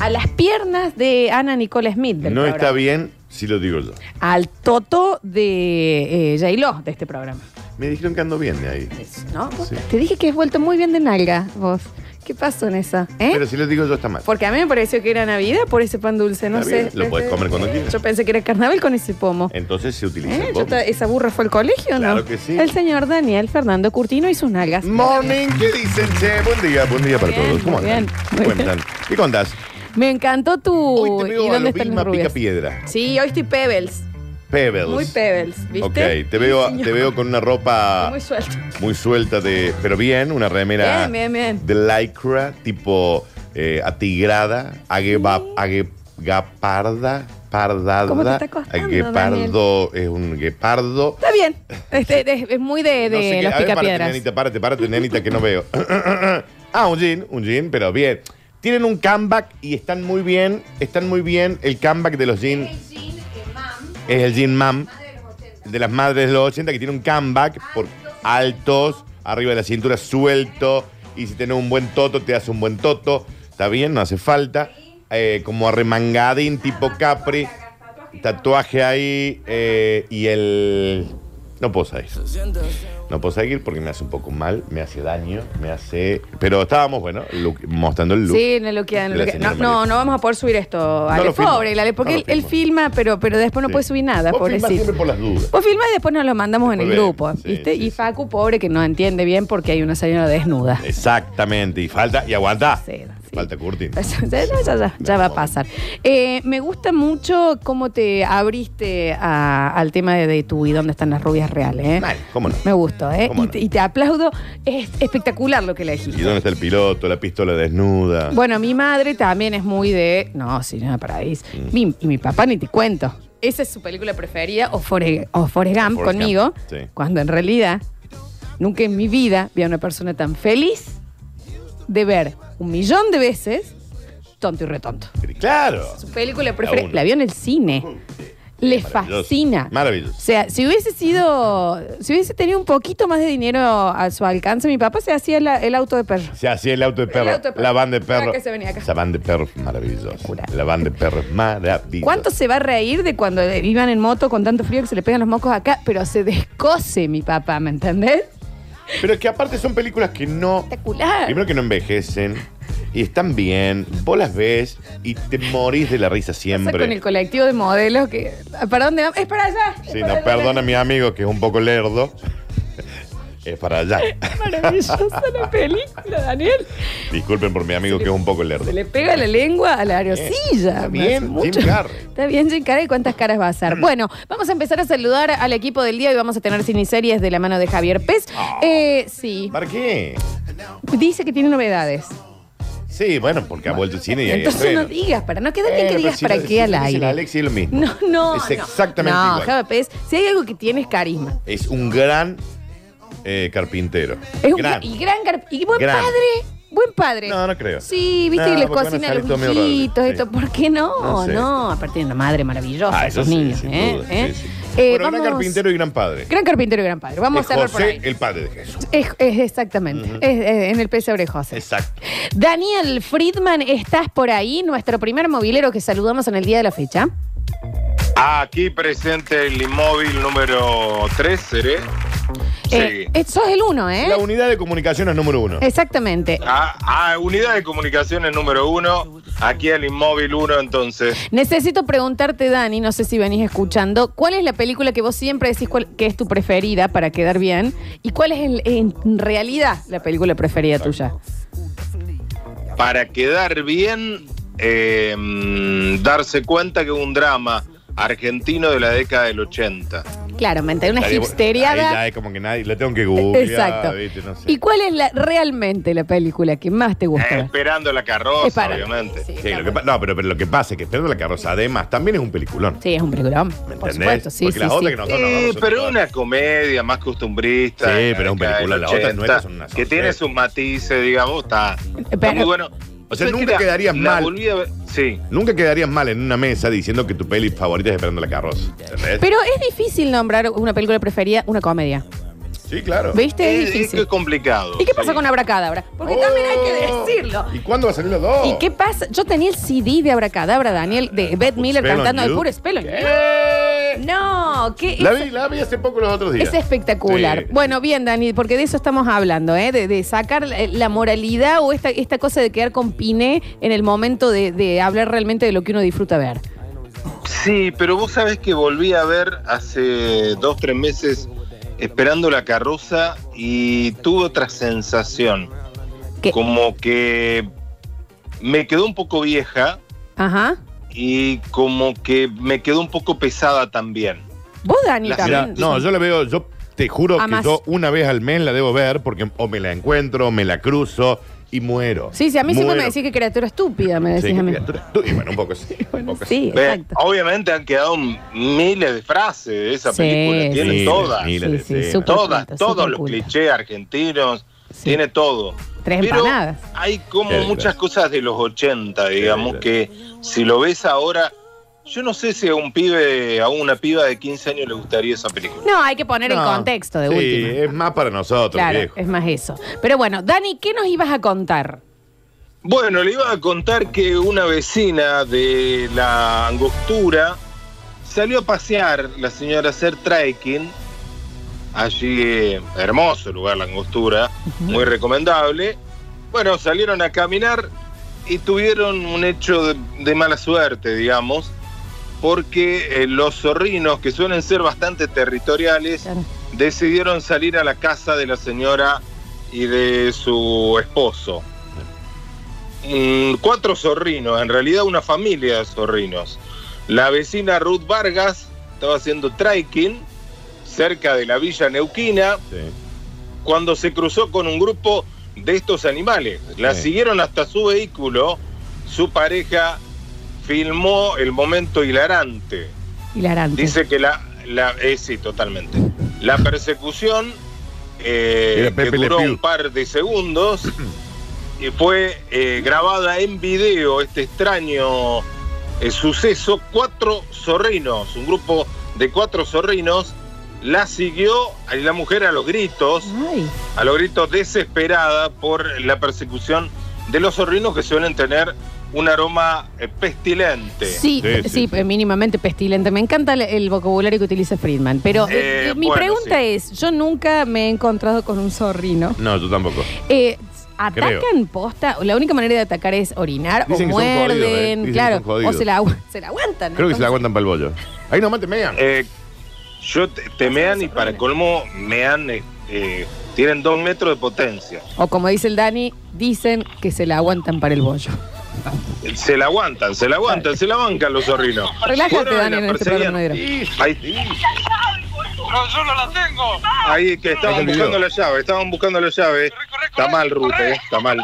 S2: a las piernas de Ana Nicole Smith. del
S3: No está
S2: programa.
S3: bien si lo digo yo.
S2: Al toto de eh, J-Lo de este programa.
S3: Me dijeron que ando bien de ahí.
S2: Eso, ¿no?
S3: Sí.
S2: Te dije que has vuelto muy bien de nalga, vos. ¿Qué pasó en esa? ¿Eh?
S3: Pero si lo digo yo está mal.
S2: Porque a mí me pareció que era Navidad por ese pan dulce, no
S3: Está
S2: sé.
S3: bien, lo puedes comer cuando quieras.
S2: Yo pensé que era carnaval con ese pomo.
S3: Entonces se utiliza.
S2: ¿Eh?
S3: el
S2: Yo
S3: bobo.
S2: ta- ¿Esa burra fue al colegio o no?
S3: Claro que sí. Mm.
S2: El señor Daniel Fernando Curtino y sus nalgas.
S3: Morning, ¿qué dicen, che? Buen día, buen día para
S2: bien,
S3: todos. ¿Cómo
S2: muy
S3: andan?
S2: bien, muy
S3: ¿Cómo andan? ¿Qué contás?
S2: Me encantó tu.
S3: Hoy te veo
S2: ¿Y
S3: a
S2: dónde
S3: lo
S2: están las
S3: Vilma
S2: rubias?
S3: Pica Piedra.
S2: Sí, hoy estoy Pebbles.
S3: Pebbles.
S2: Muy Pebbles, ¿viste?
S3: Ok, te veo,
S2: Sí,
S3: te veo con una ropa
S2: Muy suelto.
S3: muy suelta, de, pero bien, una remera
S2: Bien, bien, bien.
S3: de lycra, tipo eh, atigrada, agueva- aguegaparda, pardada.
S2: ¿Cómo te está costando,
S3: Guepardo, es un guepardo.
S2: Está bien. Este, es, es muy de, de
S3: No sé qué- a ver,
S2: los
S3: párate,
S2: picapiedras.
S3: nenita, párate, párate, nenita, que no veo. ah, un jean, un jean, pero bien. Tienen un comeback y están muy bien, están muy bien. El comeback de los jeans es el jean mam, de las madres de los 80, que tiene un comeback por altos, arriba de la cintura suelto. Y si tenés un buen toto, te hace un buen toto. Está bien, no hace falta. Eh, como arremangadín tipo Capri. Tatuaje ahí eh, y el... No puedo salir. No puedo seguir porque me hace un poco mal, me hace daño, me hace. Pero estábamos, bueno, look- mostrando el look.
S2: Sí, no lo quedan.
S3: De
S2: No,
S3: la
S2: lo quedan. No,
S3: señora
S2: no,
S3: María.
S2: no vamos a poder subir esto, Ale.
S3: lo filmo.
S2: Pobre, el Ale, porque
S3: No lo
S2: él, él
S3: filmo.
S2: filma, pero, pero después no
S3: Sí.
S2: puede subir nada,
S3: Vos filmás
S2: pobrecito.
S3: siempre por las dudas.
S2: Vos filmás Pues y después nos lo mandamos en el
S3: Después
S2: grupo,
S3: ven. Sí,
S2: ¿viste?
S3: sí,
S2: y
S3: sí.
S2: Facu, pobre, que no entiende bien porque hay una señora desnuda.
S3: Exactamente, y falta, y aguanta.
S2: Sí, sí.
S3: Falta Curtin.
S2: Ya, ya, ya, ya, ya va a pasar. Eh, me gusta mucho cómo te abriste a- al tema de, de tu y dónde están las rubias reales. ¿eh?
S3: Mal, cómo no.
S2: Me gustó, ¿eh?
S3: ¿Cómo
S2: Y,
S3: no?
S2: te- y te aplaudo. Es espectacular lo que elegiste.
S3: ¿Y dónde está el piloto? La pistola desnuda.
S2: Bueno, mi madre también es muy de. No, Cinema Paradis.
S3: Mm.
S2: Mi, y mi papá ni te cuento. Esa es su película preferida, o Forrest, o Forrest Gump
S3: Forrest
S2: conmigo.
S3: Gump, sí.
S2: Cuando en realidad nunca en mi vida vi a una persona tan feliz de ver un millón de veces tonto y retonto.
S3: Claro.
S2: Su película
S3: La
S2: preferida.
S3: uno.
S2: La vio en el cine. Le
S3: Maravilloso.
S2: fascina.
S3: Maravilloso.
S2: O sea, si hubiese sido. Si hubiese tenido un poquito más de dinero a su alcance, mi papá se hacía la- el auto de perro.
S3: Se hacía el auto de perro,
S2: auto de perro.
S3: la van de
S2: Claro
S3: perro.
S2: que se venía acá.
S3: Esa van de perro es maravillosa.
S2: Locura.
S3: La van de perro es maravillosa.
S2: ¿Cuánto se va a reír de cuando iban en moto con tanto frío que se le pegan los mocos acá? Pero se descose mi papá, ¿me entendés?
S3: Pero es que aparte son películas que no.
S2: Espectacular.
S3: Primero que no envejecen. Y están bien. Vos las ves y te morís de la risa
S2: Pasa
S3: siempre.
S2: con el colectivo de modelos que. ¿Para dónde vamos? Es para allá. es
S3: Sí,
S2: para
S3: no,
S2: allá.
S3: perdona a mi amigo que es un poco lerdo. es para allá.
S2: Maravillosa la película, Daniel.
S3: Disculpen por mi amigo que es un poco lerdo.
S2: Se le pega la lengua a la aerosilla.
S3: Está bien,
S2: Me hace
S3: Jim
S2: mucho-
S3: Carrey. Mm.
S2: Está bien, Jim Carrey. ¿Cuántas caras va a hacer? Bueno, vamos a empezar a saludar al equipo del día y vamos a tener ciniseries de la mano de Javier Pez.
S3: Ah.
S2: Eh, sí.
S3: ¿Para qué?
S2: Dice que tiene novedades.
S3: Sí, bueno, porque ha vuelto el cine y hay
S2: Entonces
S3: estreno.
S2: no digas, para no quedar bien que
S3: Bueno,
S2: digas
S3: pero si
S2: para
S3: Eh, pues lo-
S2: qué
S3: si
S2: al
S3: lo dice
S2: aire.
S3: la Alexi es lo mismo.
S2: No, no.
S3: Es
S2: no.
S3: exactamente
S2: No,
S3: igual.
S2: Javi Pérez, si hay algo que tiene es carisma.
S3: Es un gran eh, carpintero.
S2: Es un
S3: gran.
S2: y gran gar- y buen
S3: Gran.
S2: padre. Buen padre.
S3: No, no creo.
S2: Sí, viste,
S3: No,
S2: y les
S3: porque van a
S2: cocina
S3: salir
S2: los
S3: todos medio
S2: hijitos,
S3: raros,
S2: esto.
S3: sí.
S2: ¿Por qué no? No,
S3: No sé.
S2: aparte de una madre maravillosa,
S3: Ah, eso
S2: esos
S3: sí,
S2: niños,
S3: sin
S2: ¿eh?
S3: duda,
S2: ¿Eh?
S3: sí, sí.
S2: Eh,
S3: bueno, gran
S2: vamos-
S3: carpintero y gran padre.
S2: Gran carpintero y gran padre. Vamos
S3: Es
S2: a cerrar por
S3: José,
S2: ahí.
S3: el padre de Jesús.
S2: Es, es exactamente. es, es en el pesebre José.
S3: Exacto.
S2: Daniel Friedman, estás por ahí, nuestro primer movilero que saludamos en el día de la fecha.
S5: Aquí presente el inmóvil número 3, seré. Sí.
S2: Eh, eh, sos el uno, ¿eh?
S3: La unidad de comunicación es número uno.
S2: Exactamente.
S5: Ah, ah, unidad de comunicaciones número 1. Aquí el inmóvil 1, entonces.
S2: Necesito preguntarte, Dani, no sé si venís escuchando, ¿cuál es la película que vos siempre decís cuál- que es tu preferida para quedar bien? ¿Y cuál es el- en realidad la película preferida tuya?
S5: Para quedar bien, eh, mm, darse cuenta que es un drama argentino de la década del 80.
S2: Claramente, una
S3: Estaría- Ahí
S2: hipsteriada.
S3: ya es como que nadie, lo tengo que googlear.
S2: Exacto.
S3: viste, no sé.
S2: ¿Y cuál es la- realmente la película que más te
S5: Eh,
S2: gusta?
S5: esperando la carroza,
S2: Es para-
S5: obviamente.
S2: Sí,
S3: Sí, lo que pa- no, pero, pero lo que pasa es que Esperando la carroza, además, también es un peliculón.
S2: Sí, es un peliculón.
S3: ¿Me
S2: Por
S3: entendés?
S2: supuesto, sí,
S3: Porque
S2: sí.
S3: las otras
S2: sí.
S3: que nosotros
S5: Sí,
S3: hablamos
S5: Eh, pero es
S3: son
S5: una comedia más costumbrista.
S3: Sí,
S5: de la
S3: pero es un
S5: década
S3: película,
S5: del
S3: las otras
S5: 80,
S3: nuestras son una
S5: Que tiene
S3: sorpresa.
S5: sus matices, digamos, está, está
S2: Pero-
S5: muy bueno.
S3: O sea,
S5: Yo
S3: nunca
S5: que la-
S3: quedarías
S5: la
S3: mal.
S5: volví a ver- sí.
S3: Nunca quedarías mal en una mesa diciendo que tu peli favorita es Esperando la carroza. ¿entendés?
S2: Pero es difícil nombrar una película preferida, una comedia.
S3: Sí, Sí, claro.
S2: ¿Viste? Es
S5: Es, es que
S2: difícil.
S5: es complicado.
S2: ¿Y qué pasa
S5: sí.
S2: con Abracadabra? Porque también hay
S3: Oh.
S2: que decirlo.
S3: ¿Y cuándo va a salir los dos?
S2: ¿Y qué pasa? Yo tenía el CD de Abracadabra, Daniel, de Beth Miller
S3: Spell on
S2: cantando
S3: You.
S2: el puro Spell on You.
S3: ¿Qué?
S2: No, que
S3: La
S2: es,
S3: vi, la vi hace poco los otros días.
S2: es espectacular.
S3: Sí.
S2: Bueno, bien, Dani, porque de eso estamos hablando, ¿eh? de, de sacar la- la moralidad o esta, esta cosa de quedar con Piné en el momento de, de hablar realmente de lo que uno disfruta ver.
S5: Sí, pero vos sabés que volví a ver hace dos, tres meses esperando la carroza y tuve otra sensación.
S2: ¿Qué?
S5: Como que me quedó un poco vieja
S2: Ajá.
S5: y como que me quedó un poco pesada también.
S2: Vos, Dani,
S5: La-
S3: Mira,
S2: también.
S3: no, yo la veo, yo te juro
S2: Amás.
S3: que yo una vez al mes la debo ver porque o me la encuentro, me la cruzo y muero.
S2: Sí, sí, a mí siempre me
S3: Muero.
S2: decís que criatura estúpida, me decís
S3: Sí,
S2: a mí.
S3: criatura. Tú- y bueno, un poco sí. un poco
S2: Sí,
S5: Ve,
S2: exacto.
S5: obviamente han quedado miles de frases de esa
S2: Sí,
S5: película,
S2: sí.
S5: tienen
S3: Miles,
S5: todas.
S3: miles de
S2: Sí, sí,
S3: escenas.
S2: súper.
S5: Todas,
S2: Culto,
S5: todos
S2: súper
S5: los
S2: culto.
S5: clichés argentinos,
S2: Sí.
S5: tiene todo.
S2: Tres
S5: Pero
S2: empanadas.
S5: Hay como
S3: Claro,
S5: muchas
S3: claro.
S5: cosas de los 80, digamos,
S3: claro.
S5: que si lo ves ahora, yo no sé si a un pibe, a una piba de 15 años le gustaría esa película.
S2: No, hay que poner en
S3: No.
S2: contexto de
S3: sí,
S2: última.
S3: es más para nosotros,
S2: Claro,
S3: viejo.
S2: es más eso. Pero bueno, Dani, ¿qué nos ibas a contar?
S5: Bueno, le iba a contar que una vecina de la angostura salió a pasear la señora a hacer trekking. Allí, eh, hermoso lugar la angostura, muy recomendable. Bueno, salieron a caminar y tuvieron un hecho de, de mala suerte, digamos, porque eh, los zorrinos, que suelen ser bastante territoriales,
S2: Claro.
S5: decidieron salir a la casa de la señora y de su esposo. Mm, cuatro zorrinos, en realidad una familia de zorrinos. La vecina Ruth Vargas estaba haciendo trekking cerca de la villa neuquina
S3: Sí.
S5: cuando se cruzó con un grupo de estos animales. La
S3: Sí.
S5: siguieron hasta su vehículo. Su pareja filmó el momento hilarante.
S2: Hilarante.
S5: Dice que la, la eh, sí, totalmente. La persecución eh,
S3: Era
S5: que
S3: Pepe Le
S5: duró
S3: Pew.
S5: un par de segundos y fue eh, grabada en video este extraño eh, suceso. Cuatro zorrinos, un grupo de cuatro zorrinos, la siguió a la mujer a los gritos,
S2: Ay,
S5: a los gritos desesperada por la persecución de los zorrinos que suelen tener un aroma eh, pestilente.
S2: sí,
S3: Sí,
S2: sí,
S3: sí, sí.
S2: mínimamente pestilente. Me encanta el, el vocabulario que utiliza Friedman. Pero
S5: Eh,
S2: eh, mi
S5: bueno,
S2: pregunta
S5: sí.
S2: es, yo nunca me he encontrado con un zorrino.
S3: No, yo tampoco.
S2: Eh, ¿Atacan posta? La única manera de atacar es orinar
S3: Dicen
S2: o
S3: que son
S2: muerden,
S3: jodidos, eh. Dicen que
S2: claro.
S3: son jodidos.
S2: O se la, agu- se la aguantan.
S3: Creo que se la
S2: entonces.
S3: aguantan para el bollo. Ahí nomás te mean.
S5: Eh, yo te, te mean y para colmo mean, eh, eh, tienen dos metros de potencia.
S2: O como dice el Dani, dicen que se la aguantan para el bollo.
S5: Eh, Se la aguantan, se la aguantan, se la bancan los zorrinos.
S2: Relájate,
S5: Fueron y la
S2: Dani, en este
S5: perseguían.
S2: programa negro.
S5: Ahí,
S6: No, yo no la tengo.
S5: ahí que
S3: Ahí
S5: estaban
S3: está el
S5: buscando
S3: video.
S5: la llave, estaban buscando la llave.
S6: Corre, corre,
S5: Está
S6: corre,
S5: mal, Ruth,
S6: corre.
S5: eh, está mal.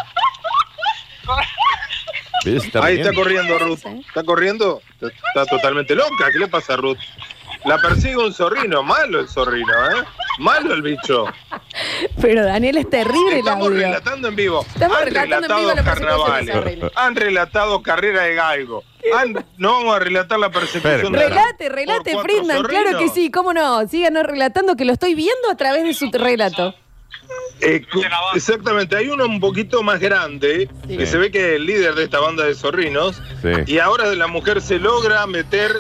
S3: ¿Ves? Está
S5: Ahí
S3: bien.
S5: está corriendo Ruth. ¿Está corriendo? Está totalmente loca. ¿Qué le pasa a Ruth? La persigue un zorrino, malo el zorrino, ¿eh? Malo el bicho.
S2: Pero Daniel es terrible el
S5: Estamos
S2: audio.
S5: relatando en vivo.
S2: Estamos
S5: han
S2: relatando en
S5: relatado
S2: vivo la persecución de
S5: carnavales.
S2: Zorrino.
S5: Han relatado carrera de galgo. Han- no vamos a relatar la persecución.
S3: Esperen,
S5: de
S3: esperen.
S5: Zorrino.
S2: Relate,
S5: Por
S2: relate,
S5: cuatro
S2: Friedman,
S5: zorrinos.
S2: claro que sí, cómo no. Síganos relatando que lo estoy viendo a través de su relato.
S5: Eh, cu- exactamente. Hay uno un poquito más grande
S2: Sí.
S5: que se ve que es el líder de esta banda de zorrinos.
S3: Sí.
S5: Y ahora la mujer se logra meter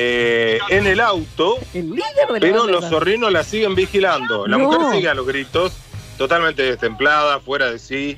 S5: eh, en el auto,
S2: El líder de la
S5: pero
S2: banda
S5: los
S2: de-
S5: zorrinos la siguen vigilando. La
S2: No.
S5: mujer sigue a los gritos, totalmente destemplada, fuera de sí.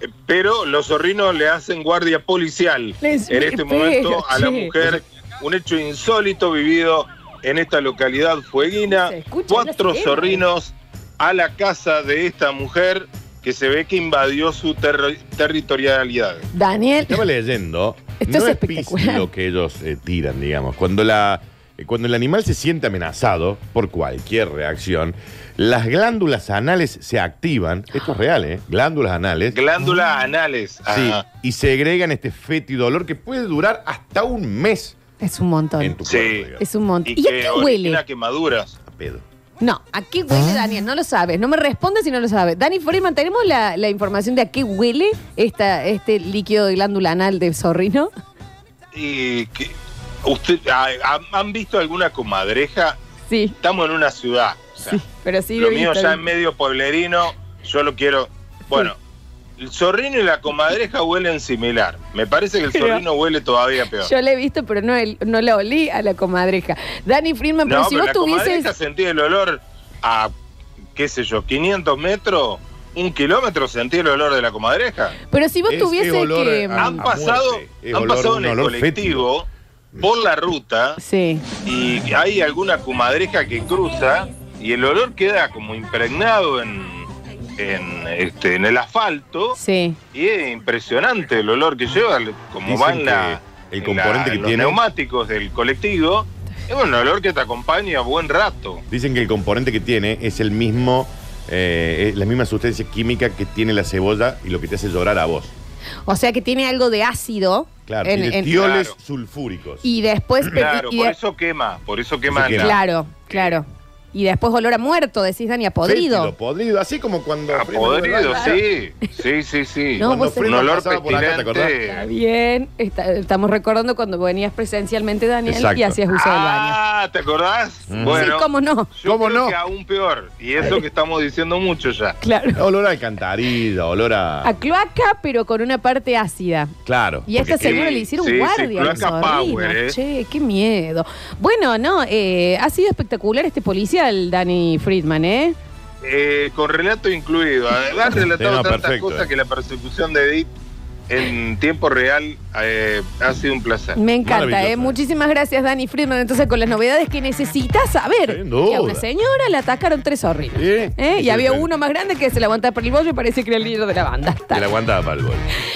S5: Eh, Pero los zorrinos le hacen guardia policial
S2: Les-
S5: en este
S2: pero,
S5: momento a la
S2: che.
S5: mujer. Un hecho insólito vivido en esta localidad fueguina.
S2: Se escucha
S5: Cuatro
S2: una sirena.
S5: zorrinos a la casa de esta mujer que se ve que invadió su terri- territorialidad.
S2: Daniel,
S3: Estaba leyendo.
S2: Esto
S3: no
S2: es
S3: es pis
S2: espectacular.
S3: lo que ellos eh, tiran, digamos. Cuando, la, eh, cuando el animal se siente amenazado por cualquier reacción, las glándulas anales se activan. Esto es real, ¿eh? Glándulas anales.
S5: Glándulas anales. ah,
S3: Sí,
S5: Ajá.
S3: y segregan este fétido olor que puede durar hasta un mes
S2: es un montón.
S3: en tu
S5: Sí.
S3: cuerpo. digamos.
S2: Es un montón.
S5: Y,
S2: ¿Y, a
S5: que
S2: qué
S5: origina
S2: huele?
S5: quemaduras.
S3: A pedo.
S2: No, ¿a qué huele, Daniel? No lo sabes. No me respondes si no lo sabes. Dani Friedman, ¿tenemos la, la información de a qué huele esta, este líquido de glándula anal de zorrino?
S5: Y que- usted, ah, ¿han- ¿Han visto alguna comadreja?
S2: Sí.
S5: Estamos en una ciudad. O sea,
S2: pero sí,
S5: lo
S2: de
S5: mío
S2: vista,
S5: ya
S2: de-
S5: es medio pueblerino, yo lo quiero. Bueno, el zorrino y la comadreja huelen similar. Me parece que el
S2: Pero-
S5: zorrino huele todavía peor.
S2: Yo la he visto, pero no, el- no la olí a la comadreja. Dani Friedman, pero
S5: no,
S2: si
S5: pero
S2: vos
S5: la comadreja
S2: tuvieses.
S5: sentí el olor a, qué sé yo, 500 metros, un kilómetro sentí el olor de la comadreja.
S2: Pero si vos
S3: Es- es
S2: tuviese
S3: olor
S2: que.
S3: Ah, a-
S5: Han pasado,
S3: muerte. Es
S5: han
S3: olor-
S5: pasado
S3: un
S5: en el
S3: olor
S5: colectivo por la ruta
S2: Sí.
S5: y hay alguna comadreja que cruza y el olor queda como impregnado en, en, este, en el asfalto
S2: Sí.
S5: y es impresionante el olor que lleva, como
S3: Dicen
S5: van la,
S3: que el
S5: en
S3: componente que
S5: en los
S3: tiene-
S5: neumáticos del colectivo. Es un olor que te acompaña buen rato.
S3: Dicen que el componente que tiene es el mismo, eh, es la misma sustancia química que tiene la cebolla y lo que te hace llorar a vos.
S2: O sea que tiene algo de ácido.
S3: Claro,
S2: en-
S3: tiene
S2: en-
S3: tioles
S5: Claro.
S3: sulfúricos.
S2: y después.
S5: Claro,
S2: y- y
S5: por
S2: de-
S5: eso quema, por eso quema. la-
S3: quema.
S2: claro, claro. Y después olor a muerto, decís Dani, a podrido.
S3: Fétido, podrido, así como cuando...
S5: Ah,
S3: Freeman-
S5: podrido,
S3: Claro.
S5: sí. Sí, sí, sí.
S2: No,
S5: Cuando
S2: vos-
S5: un olor
S3: pasaba por acá, ¿te
S2: Está
S5: pestilente.
S2: bien. está- estamos recordando cuando venías presencialmente, Daniel, y
S3: Exacto.
S2: hacías uso del baño.
S5: Ah, ¿te acordás?
S3: Mm.
S5: Bueno,
S2: sí, cómo no.
S5: yo
S3: ¿Cómo
S5: creo
S3: no?
S5: que aún peor. Y eso que estamos diciendo mucho ya.
S2: Claro.
S3: Olor a alcantarilla, olor a...
S2: A cloaca, pero con una parte ácida.
S3: Claro.
S2: Ah, Y a esta
S3: porque-
S2: seguro
S5: sí,
S2: le hicieron
S5: sí, sí,
S2: guardia a los
S5: cloaca
S2: zorrinos.
S5: power, ¿eh?
S2: Che, qué miedo. Bueno, no, eh, ha sido espectacular este policial, Dani Friedman, ¿eh?
S5: Eh, con relato incluido. Han relatado
S3: Tema
S5: tantas
S3: perfecto,
S5: cosas
S3: eh.
S5: que la persecución de Edith en tiempo real eh, ha sido un placer.
S2: Me encanta,
S3: Maravilloso.
S2: ¿eh? Muchísimas gracias, Dani Friedman. Entonces, con las novedades que necesitas saber.
S3: Sin duda.
S2: Que a una señora la atacaron tres zorrinos.
S3: Sí.
S2: ¿eh? Y
S3: Sí,
S2: había
S3: sí.
S2: uno más grande que se la aguantaba por el bollo y parecía que era el líder de la banda.
S3: Te la aguantaba para el bol.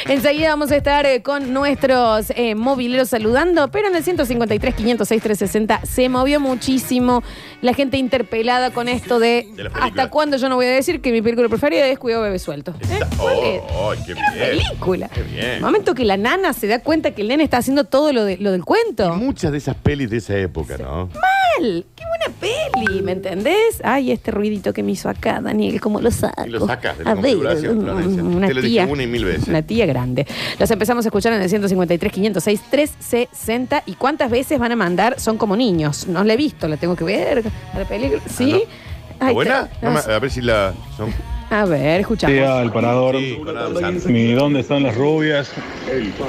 S2: Enseguida vamos a estar eh, con nuestros eh, mobileros saludando, pero en el 153, 506, 360 se movió muchísimo la gente interpelada con esto de,
S3: De las películas.
S2: hasta cuándo yo no voy a decir que mi película preferida es Cuidado Bebé Suelto. ¿Eh?
S3: Está-
S2: ¿Cuál es?
S3: Oh, oh, qué bien.
S2: Película.
S3: Qué bien.
S2: Momento que la nana se da cuenta que el nene está haciendo todo lo, de- lo del cuento.
S3: Muchas de esas pelis de esa época, ¿no?
S2: ¡Mal! ¡Qué buena peli! ¿Me entendés? Ay, este ruidito que me hizo acá, Daniel, ¿cómo lo saco?
S3: Y lo sacas de
S2: A
S3: la
S2: ver,
S3: configuración, Florencia.
S2: Una
S3: Te lo
S2: tía.
S3: dije una y mil veces.
S2: Una tía grande. Los empezamos a escuchar en el 153, 506, 360. ¿Y cuántas veces van a mandar? Son como niños. No la he visto, la tengo que ver. A la película. ¿Sí?
S3: Ah, ¿Está
S2: Ay,
S3: buena?
S2: te-
S3: No me-
S2: no sé.
S3: a ver si la... Son...
S2: a ver, escuchamos.
S7: Sea el parador.
S3: Sí, con Adam Sandler.
S7: Mi ¿Dónde están las rubias?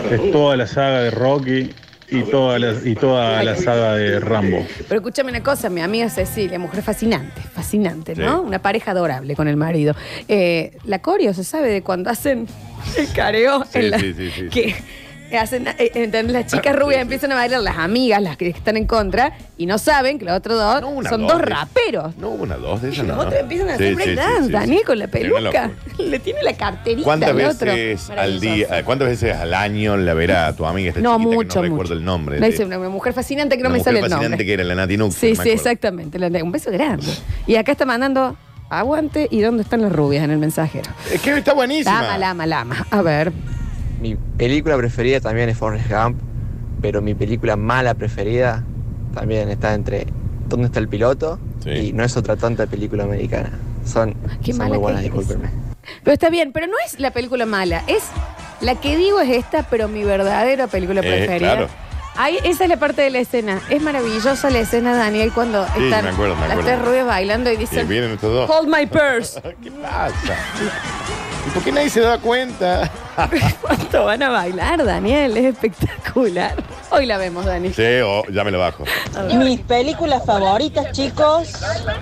S7: Es toda la saga de Rocky y toda la, y toda la saga de Rambo.
S2: Pero escúchame una cosa, mi amiga Cecilia, mujer fascinante, fascinante, ¿no?
S3: Sí.
S2: Una pareja adorable con el marido. Eh, la coreo se sabe de cuando hacen el careo.
S3: Sí,
S2: en la-
S3: sí, sí, sí.
S2: que hacen, eh, ¿entendés? las chicas rubias empiezan a bailar, las amigas, las que están en contra, y no saben que los otros dos
S3: Ah, No, una,
S2: son
S3: dos
S2: dos
S3: de-
S2: raperos.
S3: No, una, dos de
S2: Y
S3: esas
S2: los
S3: no.
S2: otros empiezan a
S3: Sí,
S2: hacer
S3: sí,
S2: breakdance,
S3: sí, sí, sí.
S2: Daniel, con la
S3: Es una
S2: peluca.
S3: locura.
S2: Le tiene la carterita
S3: ¿Cuántas
S2: al otro.
S3: veces al
S2: Maravilloso.
S3: día, eh, cuántas veces al año la verá a tu amiga esta
S2: No,
S3: chiquita
S2: mucho,
S3: que no
S2: mucho.
S3: recuerdo el nombre?
S2: No,
S3: de-
S2: es una una mujer fascinante que no
S3: una
S2: me
S3: mujer
S2: sale el
S3: fascinante
S2: nombre.
S3: que era la Nati Nux.
S2: Sí,
S3: me
S2: sí,
S3: acuerdo.
S2: exactamente. Le mandé Un beso grande. Y acá está mandando aguante y dónde están las rubias en el mensajero.
S3: Es que está buenísima.
S2: Lama, lama, lama. A ver.
S8: Mi película preferida también es Forrest Gump, pero mi película mala preferida también está entre ¿Dónde está el piloto?
S3: Sí.
S8: y No es otra tanta película americana. Son,
S2: Qué
S8: son
S2: mala
S8: muy buenas,
S2: que eres.
S8: discúlpenme.
S2: Pero está bien, pero no es la película mala. Es la que digo es esta, pero mi verdadera película
S3: Eh,
S2: preferida.
S3: claro.
S2: Ahí, esa es la parte de la escena. Es maravillosa la escena, Daniel, cuando
S3: Sí,
S2: están
S3: me acuerdo, me
S2: las
S3: acuerdo.
S2: tres rubias bailando y
S3: Y
S2: dicen,
S3: vienen estos dos.
S2: hold my purse.
S3: ¿Qué pasa? ¿Y por qué nadie se da cuenta?
S2: ¿Cuánto van a bailar, Daniel? Es espectacular. Hoy la vemos, Dani.
S3: Sí, o ya me lo bajo.
S9: Mis películas favoritas, chicos,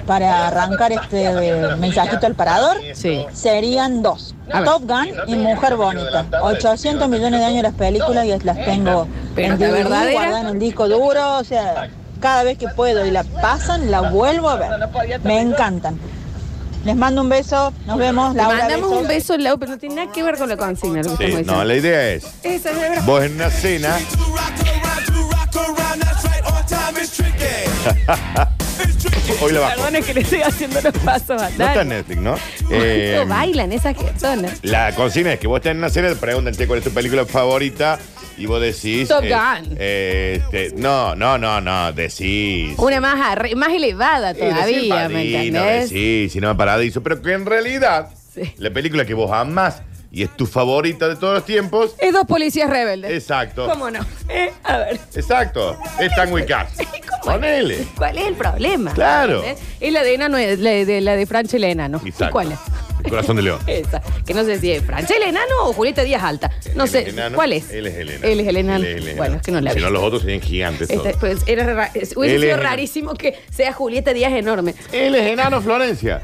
S9: para arrancar este mensajito al parador,
S2: Sí.
S9: serían dos.
S2: A ver.
S9: Top Gun y Mujer Bonita. 800 millones de años las películas y las tengo
S2: Pero
S9: en
S2: la
S9: DVD,
S2: verdadera-
S9: guardada en el disco duro, o sea, cada vez que puedo y la pasan, la vuelvo a ver. Me encantan. Les mando un beso, nos vemos.
S2: Le
S9: Laura,
S2: mandamos
S9: besos.
S2: un beso, Lau, pero no tiene nada que ver con la consigna. Lo que
S3: Sí,
S2: estamos
S3: no,
S2: diciendo.
S3: la idea es,
S2: Esa es la verdad.
S3: vos en una cena, hoy la bajo.
S2: Perdón, es que le estoy haciendo los pasos
S3: No
S2: a
S3: está en
S2: Dani.
S3: Netflix, ¿no? Eh,
S2: ¿Cuánto bailan esas personas?
S3: La consigna es que vos estás en una serie, te preguntan, che, ¿cuál es tu película favorita? Y vos decís...
S2: Top
S3: eh,
S2: Gun.
S3: eh, este, no, no, no, no, decís...
S2: Una más, arri- más elevada
S3: Sí, decís
S2: todavía, ¿me
S3: Padrino,
S2: entendés?
S3: decís, si no, Paradiso. Pero que en realidad,
S2: Sí.
S3: la película que vos amás y es tu favorita de todos los tiempos...
S2: Es dos policías rebeldes.
S3: Exacto.
S2: ¿Cómo no? Eh, a ver.
S3: Exacto. Es Tango y Cash.
S2: ¿Cómo ¿Cuál,
S3: Ponele.
S2: ¿Cuál es el problema?
S3: Claro.
S2: ¿Eh? Es la de enano, es la de, la de Franchel enano. ¿Y
S3: Exacto.
S2: cuál es?
S3: El corazón de león.
S2: Esa. Que no sé si es Franchel enano o Julieta Díaz Alta. No
S3: El
S2: sé.
S3: enano,
S2: ¿Cuál es?
S3: Él es el enano.
S2: Él es el enano.
S3: Él el
S2: Bueno, es que no la
S3: Si
S2: vi.
S3: no, los otros serían gigantes.
S2: Esta-
S3: todos.
S2: pues, era ra- es- hubiese
S3: Él
S2: sido
S3: es-
S2: rarísimo que sea Julieta Díaz enorme.
S3: Él es enano, Florencia.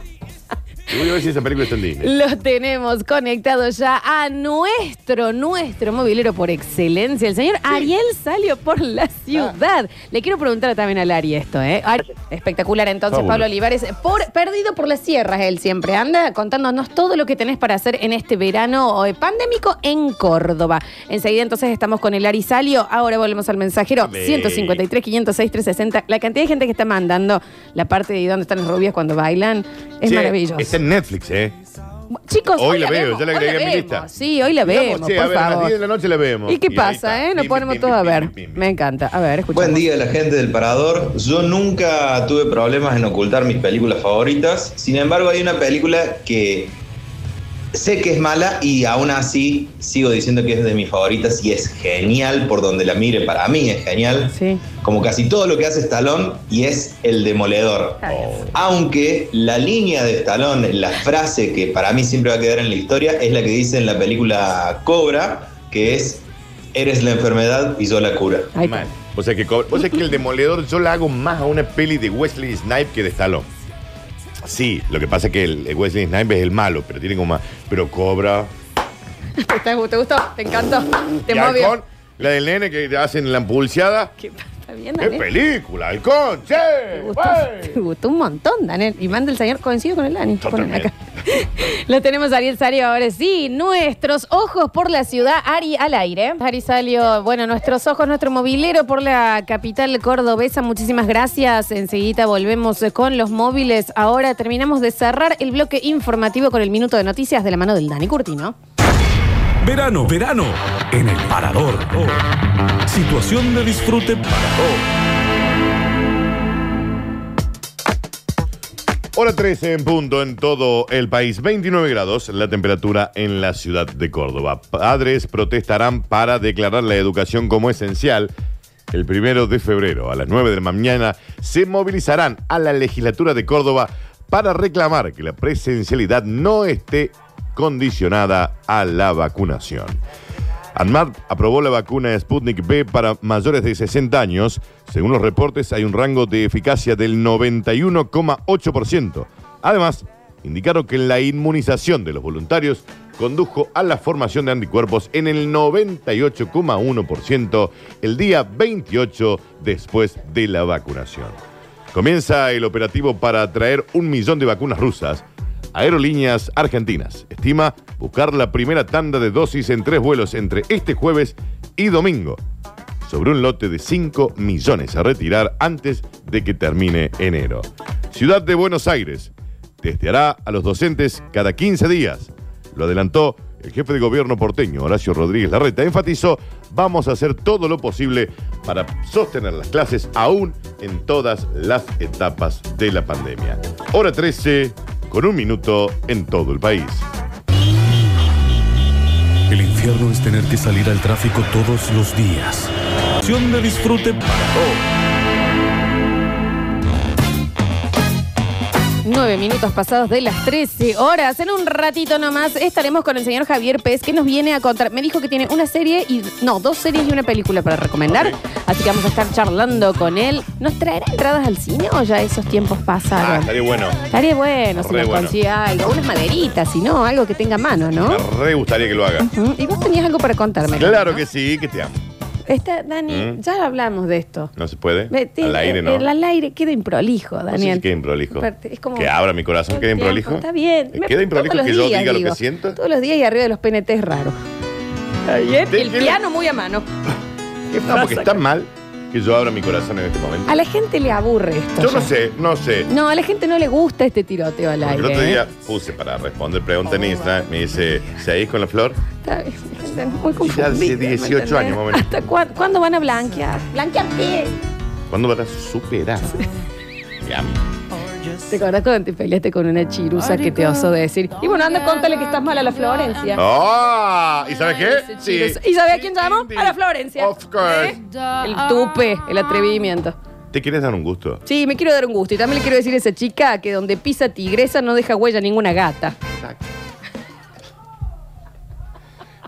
S3: Yo voy a ver si esa película está en Disney.
S2: Los tenemos conectados ya a nuestro, nuestro movilero por excelencia, el señor Ariel Salio por
S3: Ah.
S2: la ciudad. Le quiero preguntar también al Ari esto, ¿eh? Ari, espectacular entonces,
S3: Fabuloso.
S2: Pablo Olivares. Por, perdido por las sierras, él siempre anda contándonos todo lo que tenés para hacer en este verano eh, pandémico en Córdoba. Enseguida entonces estamos con el Ari Salio. Ahora volvemos al mensajero
S3: Ve.
S2: 153, 506, 360. La cantidad de gente que está mandando la parte de donde están las rubias cuando bailan es
S3: Che,
S2: maravilloso.
S3: Está en Netflix, ¿eh?
S2: Chicos,
S3: Hoy la veo,
S2: vemos,
S3: ya la
S2: hoy
S3: agregué en mi
S2: vemos.
S3: lista.
S2: Sí, hoy la
S3: Digamos,
S2: vemos,
S3: che, a
S2: por
S3: ver, a las 10 de
S2: favor.
S3: la noche la vemos.
S2: ¿Y qué
S3: ahí
S2: pasa,
S3: está.
S2: eh? Nos
S3: Pim,
S2: ponemos
S3: pim,
S2: todos a
S3: pim,
S2: ver.
S3: pim, pim.
S2: Me encanta. A ver, escuchamos.
S10: Buen día la gente del Parador. Yo nunca tuve problemas en ocultar mis películas favoritas. Sin embargo, hay una película que sé que es mala y aún así sigo diciendo que es de mis favoritas y es genial por donde la mire. Para mí es genial.
S2: Sí.
S10: Como casi todo lo que hace Stallone y es El Demoledor.
S3: Oh,
S10: Aunque la línea de Stallone, la frase que para mí siempre va a quedar en la historia, es la que dice en la película Cobra, que es, eres la enfermedad y yo la cura.
S2: Ahí está.
S3: Mal. O sea, que, co- o sea que el demoledor yo la hago más a una peli de Wesley Snipes que de Stallone. Sí, lo que pasa es que el, el Wesley Snipes es el malo, pero tiene como más. Pero cobra.
S2: ¿Te, está- te gustó? ¿Te encantó? ¿Te
S3: Y Halcón,
S2: movió?
S3: la del nene que te hacen la impulseada.
S2: ¿Qué pasa? Bien,
S3: ¡Qué
S2: Daniel.
S3: película, halcón! ¡Che!
S2: Te gustó, te
S3: wey!
S2: gustó un montón, Daniel. Y manda el señor, coincido con el Dani. Ponen
S3: Totalmente.
S2: acá. Lo tenemos a Ariel Salio ahora sí. Nuestros ojos por la ciudad, Ari al aire. Ari Salio, bueno, nuestros ojos, nuestro movilero por la capital cordobesa. Muchísimas gracias. Enseguida volvemos eh, con los móviles. Ahora terminamos de cerrar el bloque informativo con el minuto de noticias de la mano del Dani Curtino.
S4: Verano, verano, en el parador. Situación de disfrute para todos.
S3: Hora 13 en punto en todo el país. 29 grados la temperatura en la ciudad de Córdoba. Padres protestarán para declarar la educación como esencial. El primero de febrero a las 9 de la mañana se movilizarán a la legislatura de Córdoba para reclamar que la presencialidad no esté condicionada a la vacunación. ANMAT aprobó la vacuna Sputnik B para mayores de 60 años. Según los reportes, hay un rango de eficacia del 91,8%. Además, indicaron que la inmunización de los voluntarios condujo a la formación de anticuerpos en el 98,1% el día 28 después de la vacunación. Comienza el operativo para traer un millón de vacunas rusas. Aerolíneas Argentinas estima buscar la primera tanda de dosis en tres vuelos entre este jueves y domingo, sobre un lote de 5 millones a retirar antes de que termine enero. Ciudad de Buenos Aires testeará a los docentes cada 15 días. Lo adelantó el jefe de gobierno porteño, Horacio Rodríguez Larreta. Enfatizó, vamos a hacer todo lo posible para sostener las clases aún en todas las etapas de la pandemia. Hora 13, con un minuto en todo el país.
S4: El infierno es tener que salir al tráfico todos los días. Situación de disfrute para todos.
S2: Nueve minutos pasados de las 13 horas. En un ratito nomás estaremos con el señor Javier Pérez que nos viene a contar. Me dijo que tiene una serie y. No, dos series y una película para recomendar.
S3: Ok.
S2: Así que vamos a estar charlando con él. ¿Nos traerá entradas al cine o ya esos tiempos
S3: Ah,
S2: pasaron?
S3: estaría bueno.
S2: estaría bueno si
S3: Re
S2: nos
S3: bueno.
S2: consigue algo. Unas maderitas, si no, algo que tenga a mano, ¿no?
S3: Me re gustaría que lo haga.
S2: Ujú. Y vos tenías algo para contarme.
S3: Claro
S2: ¿no?
S3: que sí, que te amo.
S2: Esta, Dani,
S3: Mm.
S2: ya hablamos de esto.
S3: No se puede.
S2: Vete,
S3: Al aire, ¿no?
S2: el al aire queda improlijo,
S3: No sé
S2: Daniel.
S3: si queda improlijo.
S2: Aparte, es como-
S3: Que abra mi corazón,
S2: Todo
S3: queda
S2: el tiempo,
S3: improlijo.
S2: Está bien.
S3: ¿Que
S2: Me-
S3: ¿Queda improlijo
S2: todos
S3: que
S2: los
S3: yo
S2: días,
S3: diga lo
S2: digo.
S3: que siento?
S2: Todos los días y arriba de los PNT es raro. Está bien. Y el
S3: Déjelo.
S2: piano muy a mano.
S3: No, porque está mal que yo abra mi corazón en este momento.
S2: A la gente le aburre esto.
S3: Yo
S2: ya.
S3: no sé, no sé.
S2: No, a la gente no le gusta este tiroteo al
S3: Porque
S2: aire. Oh,
S3: El otro
S2: ¿eh?
S3: día puse para responder preguntas en Instagram, me dice, ¿seguís con la flor?
S2: Está bien, la gente es muy
S3: Ya
S2: confundida.
S3: hace
S2: ¿me
S3: 18
S2: entendés?
S3: años, más o menos.
S2: ¿Hasta cuándo, cuándo van a blanquear? ¡Blanquear qué?
S3: ¿Cuándo vas a superar? Ya.
S2: ¿Te acordás cuando te peleaste con una chirusa que te osó decir? Y bueno, anda, contale que estás mal a la Florencia.
S3: ¡Ah! ¿Y sabes qué?
S2: Chirusa. ¿Y sabes a quién llamó? A la Florencia.
S3: Of course.
S2: ¿Eh? El tupe, el atrevimiento.
S3: ¿Te quieres dar un gusto?
S2: Sí, me quiero dar un gusto. Y también le quiero decir a esa chica que donde pisa tigresa no deja huella ninguna gata.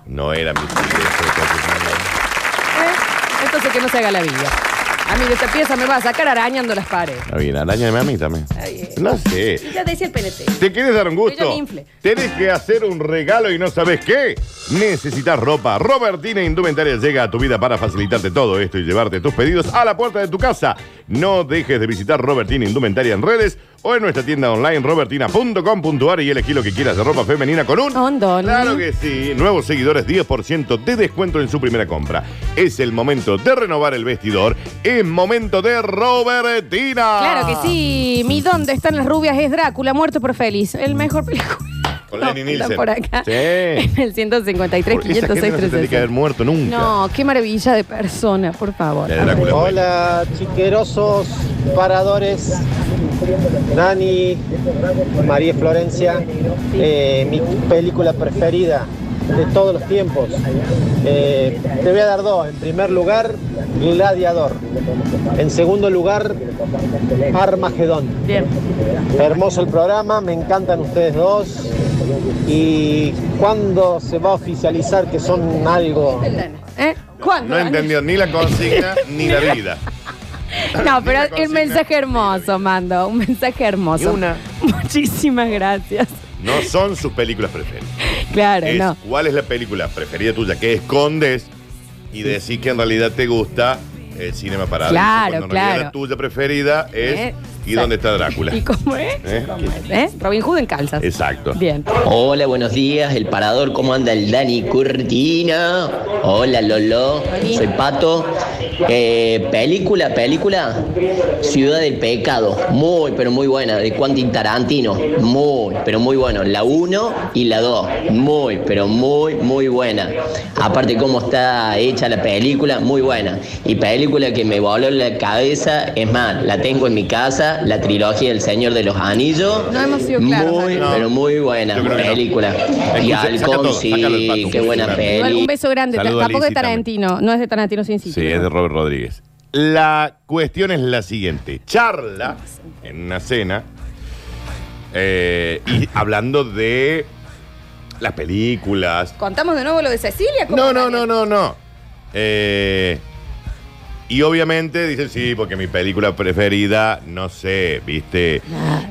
S3: No era mi tigresa.
S2: Entonces ¿Eh? que no se haga la vida. A mí de esta pieza me va a sacar arañando las paredes. eh.
S3: Está bien, arañame a mí también. No sé.
S2: Y ya decía el PNT.
S3: ¿Te quieres dar un
S2: Yo ya
S3: gusto?
S2: me inflé.
S3: Tienes que hacer un regalo y no sabes qué. Necesitas ropa. Robertina Indumentaria llega a tu vida para facilitarte todo esto y llevarte tus pedidos a la puerta de tu casa. No dejes de visitar Robertina Indumentaria en redes o en nuestra tienda online robertina.com.ar y elegí lo que quieras de ropa femenina con un. Claro que sí. Nuevos seguidores, 10% de descuento en su primera compra. Es el momento de renovar el vestidor. Es momento de Robertina.
S2: Claro que sí.
S3: Ah.
S2: Mi dónde están las rubias es Drácula, muerto por feliz. El mejor película.
S3: Con Lenny
S2: No,
S3: Nielsen.
S2: está por acá.
S3: Sí.
S2: En el 153,
S3: Eh. Por- esa gente no se tendría que
S2: 506,
S3: haber muerto nunca.
S2: No, qué maravilla de persona, por favor.
S3: La de Drácula.
S11: Hola, chiquerosos paradores. Dani, María Florencia, eh, mi película preferida de todos los tiempos. Eh, te voy a dar dos. En primer lugar, Gladiador. En segundo lugar, Armagedón.
S2: Bien.
S11: Hermoso el programa, me encantan ustedes dos. ¿Y cuándo se va a oficializar que son algo?
S2: ¿Eh? ¿Cuándo?
S3: No entendió ni la consigna ni la vida.
S2: No, pero un mensaje hermoso, mando. Un mensaje hermoso. Muchísimas gracias.
S3: No son sus películas preferidas.
S2: Claro,
S3: Es
S2: no.
S3: cuál es la película preferida tuya que escondes y decís que en realidad te gusta el cinema parado.
S2: Claro,
S3: Cuando en realidad
S2: claro.
S3: La tuya preferida es
S2: Eh,
S3: ¿Y dónde está Drácula?
S2: ¿Y cómo es?
S3: ¿Eh?
S2: ¿Eh? Robin Hood en calzas.
S3: Exacto.
S2: Bien.
S12: Hola, buenos días, el parador, ¿cómo anda el Dani Curtina? Hola, Lolo, soy Pato. Eh, película, película, Ciudad del Pecado, muy, pero muy buena, de Quentin Tarantino, muy, pero muy bueno. La 1 y la 2, muy, pero muy, muy buena. Aparte cómo está hecha la película, muy buena. Y película que me voló la cabeza, es más, la tengo en mi casa, la trilogía del Señor de los Anillos.
S2: No hemos sido claros,
S12: Muy,
S2: Dani.
S12: pero muy buena película. Y
S3: Escucha, saca todo,
S12: Halcón,
S3: sácalo el
S12: sí,
S3: pato,
S12: qué
S3: un
S12: buena
S3: beso grande.
S12: peli.
S2: Igual un beso grande.
S3: Saludo a
S2: Tampoco es de
S3: Lizzy también.
S2: Tarantino. No es de Tarantino, sin
S3: Sí, es de Robert Rodríguez. La cuestión es la siguiente. Charla en una cena eh, y hablando de las películas,
S2: ¿Contamos de nuevo lo de Cecilia? ¿Cómo
S3: No,
S2: era?
S3: no, no, no, no. Eh, y obviamente dicen, sí, porque mi película preferida, no sé, viste,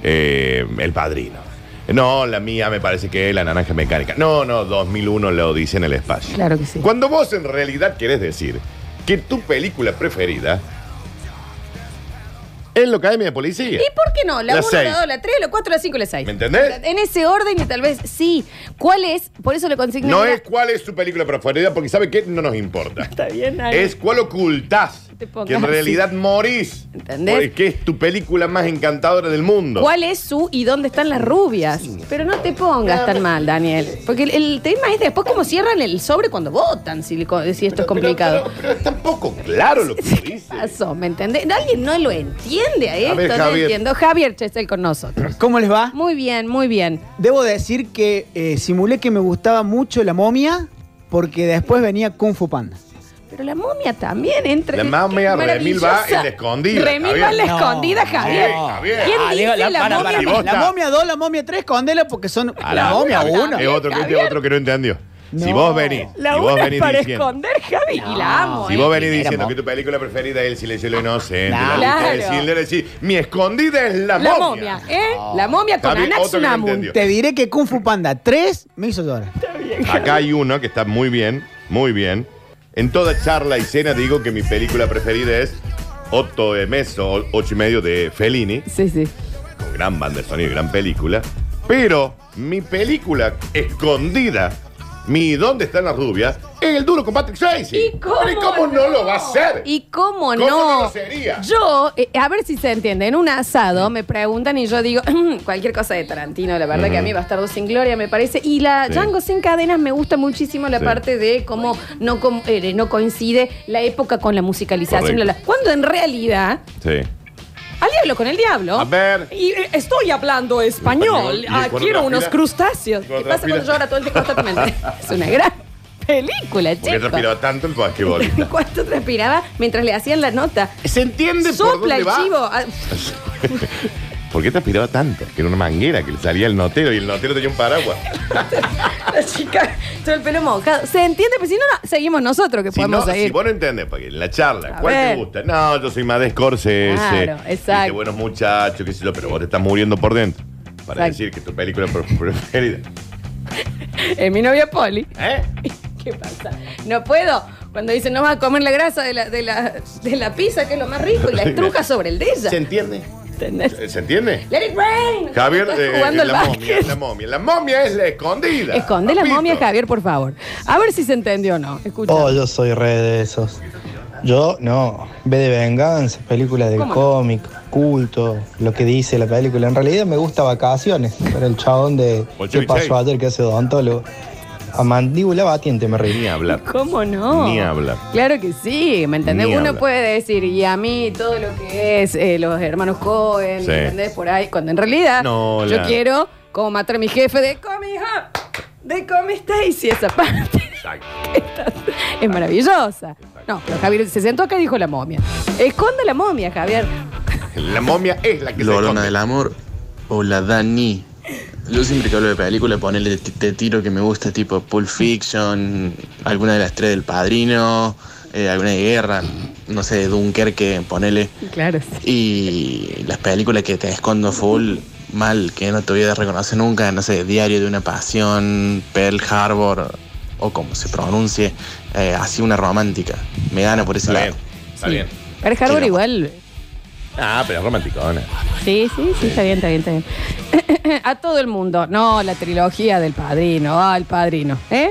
S3: eh, El Padrino. No, la mía me parece que es La Naranja Mecánica. No, no, 2001 lo dice en el espacio.
S2: Claro que sí.
S3: Cuando vos en realidad querés decir que tu película preferida es la Academia de Policía.
S2: ¿Y por qué no? La
S3: La
S2: 1,
S3: seis.
S2: la 2, la 3, la 4, la 5 y la 6.
S3: ¿Me entendés?
S2: En ese orden y tal vez sí. ¿Cuál es? Por eso le consigna.
S3: No es cuál es tu película preferida, porque sabe que no nos importa.
S2: Está bien, Ari.
S3: Es cuál ocultás.
S2: te pongas
S3: Que en
S2: así.
S3: realidad morís.
S2: ¿Entendés?
S3: Porque es tu película más encantadora del mundo.
S2: ¿Cuál es su y dónde están las rubias? Pero no te pongas tan mal, Daniel. Porque el, el tema es después cómo cierran el sobre cuando votan, si, le co- si esto es complicado.
S3: Tampoco claro lo que dice.
S2: Pasó, ¿me entendés? Alguien no lo entiende a esto,
S13: ver,
S2: no
S13: Javier.
S2: entiendo. Javier Chesel con nosotros.
S13: ¿Cómo les va?
S2: Muy bien, muy bien.
S13: Debo decir que eh, simulé que me gustaba mucho la momia porque después venía Kung Fu Panda.
S2: Pero la momia también entra.
S13: La momia,
S2: Qué
S13: Remil va
S2: maravillosa.
S13: en la escondida,
S2: Remil va en la
S13: Javier.
S2: escondida,
S13: No,
S2: Javier.
S13: no.
S2: ¿Quién
S13: Ah,
S2: dice
S13: digo,
S2: la,
S13: la- para,
S2: momia?
S13: para,
S3: Y vos
S13: La
S3: ta-
S13: momia 2, la momia 3, condela porque son. la momia 1.
S3: Es otro que, es otro que no entendió. Si
S13: No.
S3: vos venís,
S2: La
S3: si vos
S2: una es
S3: venís
S2: para
S3: diciendo,
S2: esconder, Javi. Y la amo.
S3: si
S2: ¿eh?
S3: vos venís
S2: Primera
S3: diciendo que
S2: momia.
S3: tu película preferida es El silencio de lo inocente,
S2: Claro.
S3: la lista de
S2: Claro.
S3: Schindler, decís, mi escondida es la,
S2: La
S3: momia.
S2: momia, ¿eh? La momia con
S3: Javier, otro que no
S2: Anaxunamun.
S3: entendió.
S13: Te diré que Kung Fu Panda 3 me hizo llorar.
S3: Acá hay uno que está muy bien, muy bien. En toda charla y cena digo que mi película preferida es Otto de Meso, ocho y medio de Fellini.
S2: Sí, sí.
S3: Con gran banda de sonido y gran película. Pero mi película escondida, mi ¿Dónde están las rubias? Es el duro con Patrick Swayze. ¿Y
S2: cómo
S3: no lo va a hacer?
S2: ¿Y cómo,
S3: ¿Cómo
S2: no?
S3: no lo sería?
S2: Yo, eh, a ver si se entiende, en un asado me preguntan y yo digo, cualquier cosa de Tarantino, la verdad que a mí Bastardo sin Gloria me parece. Y la
S14: Sí.
S2: Django sin cadenas me gusta muchísimo la
S14: Sí.
S2: parte de cómo no, com- eh, no coincide la época con la musicalización.
S3: Correcto.
S2: bla, bla. Cuando en realidad,
S3: Sí.
S2: al diablo con el diablo.
S3: A ver.
S2: Y eh, estoy hablando español.
S3: Español, y
S2: Ah,
S3: con
S2: quiero
S3: otra
S2: unos
S3: fila.
S2: crustáceos.
S3: Y con
S2: ¿Qué
S3: otra
S2: pasa cuando
S3: fila.
S2: llora todo el tiempo constantemente? es una gran película,
S3: Porque
S2: chicos.
S3: transpiraba tanto el basquetbolista.
S2: ¿Cuánto transpiraba mientras le hacían la nota?
S3: ¿Se entiende
S2: Sopla
S3: por dónde
S2: el
S3: va?
S2: chivo. Ah,
S3: ¿Por qué transpiraba tanto? Que era una manguera que le salía el notero y el notero tenía un paraguas.
S2: La chica, todo el pelo mojado. ¿Se entiende? Pero si no, no, seguimos nosotros que
S3: Si,
S2: podemos
S3: no, si
S2: seguir.
S3: vos no entendés, porque en la charla,
S2: A
S3: ¿cuál
S2: ver.
S3: te gusta? No, yo soy más de Scorsese.
S2: Claro,
S3: Qué
S2: exacto.
S3: buenos muchachos, qué sé yo, pero vos te estás muriendo por dentro. Para
S2: Exacto.
S3: decir que tu película pre- preferida.
S2: Es mi novia Poli.
S3: ¿Eh?
S2: ¿Qué pasa? No puedo. Cuando dice no vas a comer la grasa de la, de la, de la pizza, que es lo más rico, y la estruja sobre el de ella.
S3: ¿Se entiende? ¿Eh, ¿Se entiende?
S2: Let it rain.
S3: Javier,
S2: Está
S3: eh,
S2: jugando al
S3: la momia,
S2: básquet.
S3: la momia. La momia es la escondida.
S2: Esconde la momia, Javier, por favor. A ver si se entendió o no. Escucha.
S14: Oh, yo soy re de esos. Yo no, ve de venganza, películas de
S2: ¿Cómo no?
S14: cómic, culto, lo que dice la película. En realidad me gusta vacaciones, pero el chabón de qué
S3: Bolchevique.
S14: pasó ayer que hace odontólogo. A mandíbula batiente me reí.
S3: Ni hablar.
S2: ¿Cómo no?
S3: Ni hablar.
S2: Claro que sí, ¿me entendés?
S3: Ni
S2: Uno
S3: hablar.
S2: puede decir, y a mí todo lo que es eh, los hermanos Cohen,
S3: Sí.
S2: ¿me entendés? Por ahí, cuando en realidad
S3: No,
S2: yo
S3: la-
S2: quiero como matar a mi jefe de Comi Hop, de Comi Stacy, esa parte. es maravillosa. No, pero Javier se sentó acá y dijo la momia. Esconde la momia, Javier.
S3: La momia es la que
S15: Lorona del amor. Hola Dani. Yo siempre que hablo de película ponerle te, te tiro que me gusta tipo Pulp Fiction, alguna de las tres del Padrino, eh, alguna de guerra, no sé, de Dunkerque, ponele.
S2: Claro.
S15: Y las películas que te escondo full mal, que no te voy a reconocer nunca, no sé, Diario de una Pasión, Pearl Harbor, o como se pronuncie, eh, así una romántica. Me gana por ese lado.
S3: Está bien.
S2: Para Harbor igual.
S3: Ah, pero es romántico, ¿no?
S2: Sí, sí, sí, está bien, está bien, está bien. A todo el mundo. No, la trilogía del padrino. Ah, el padrino. ¿Eh?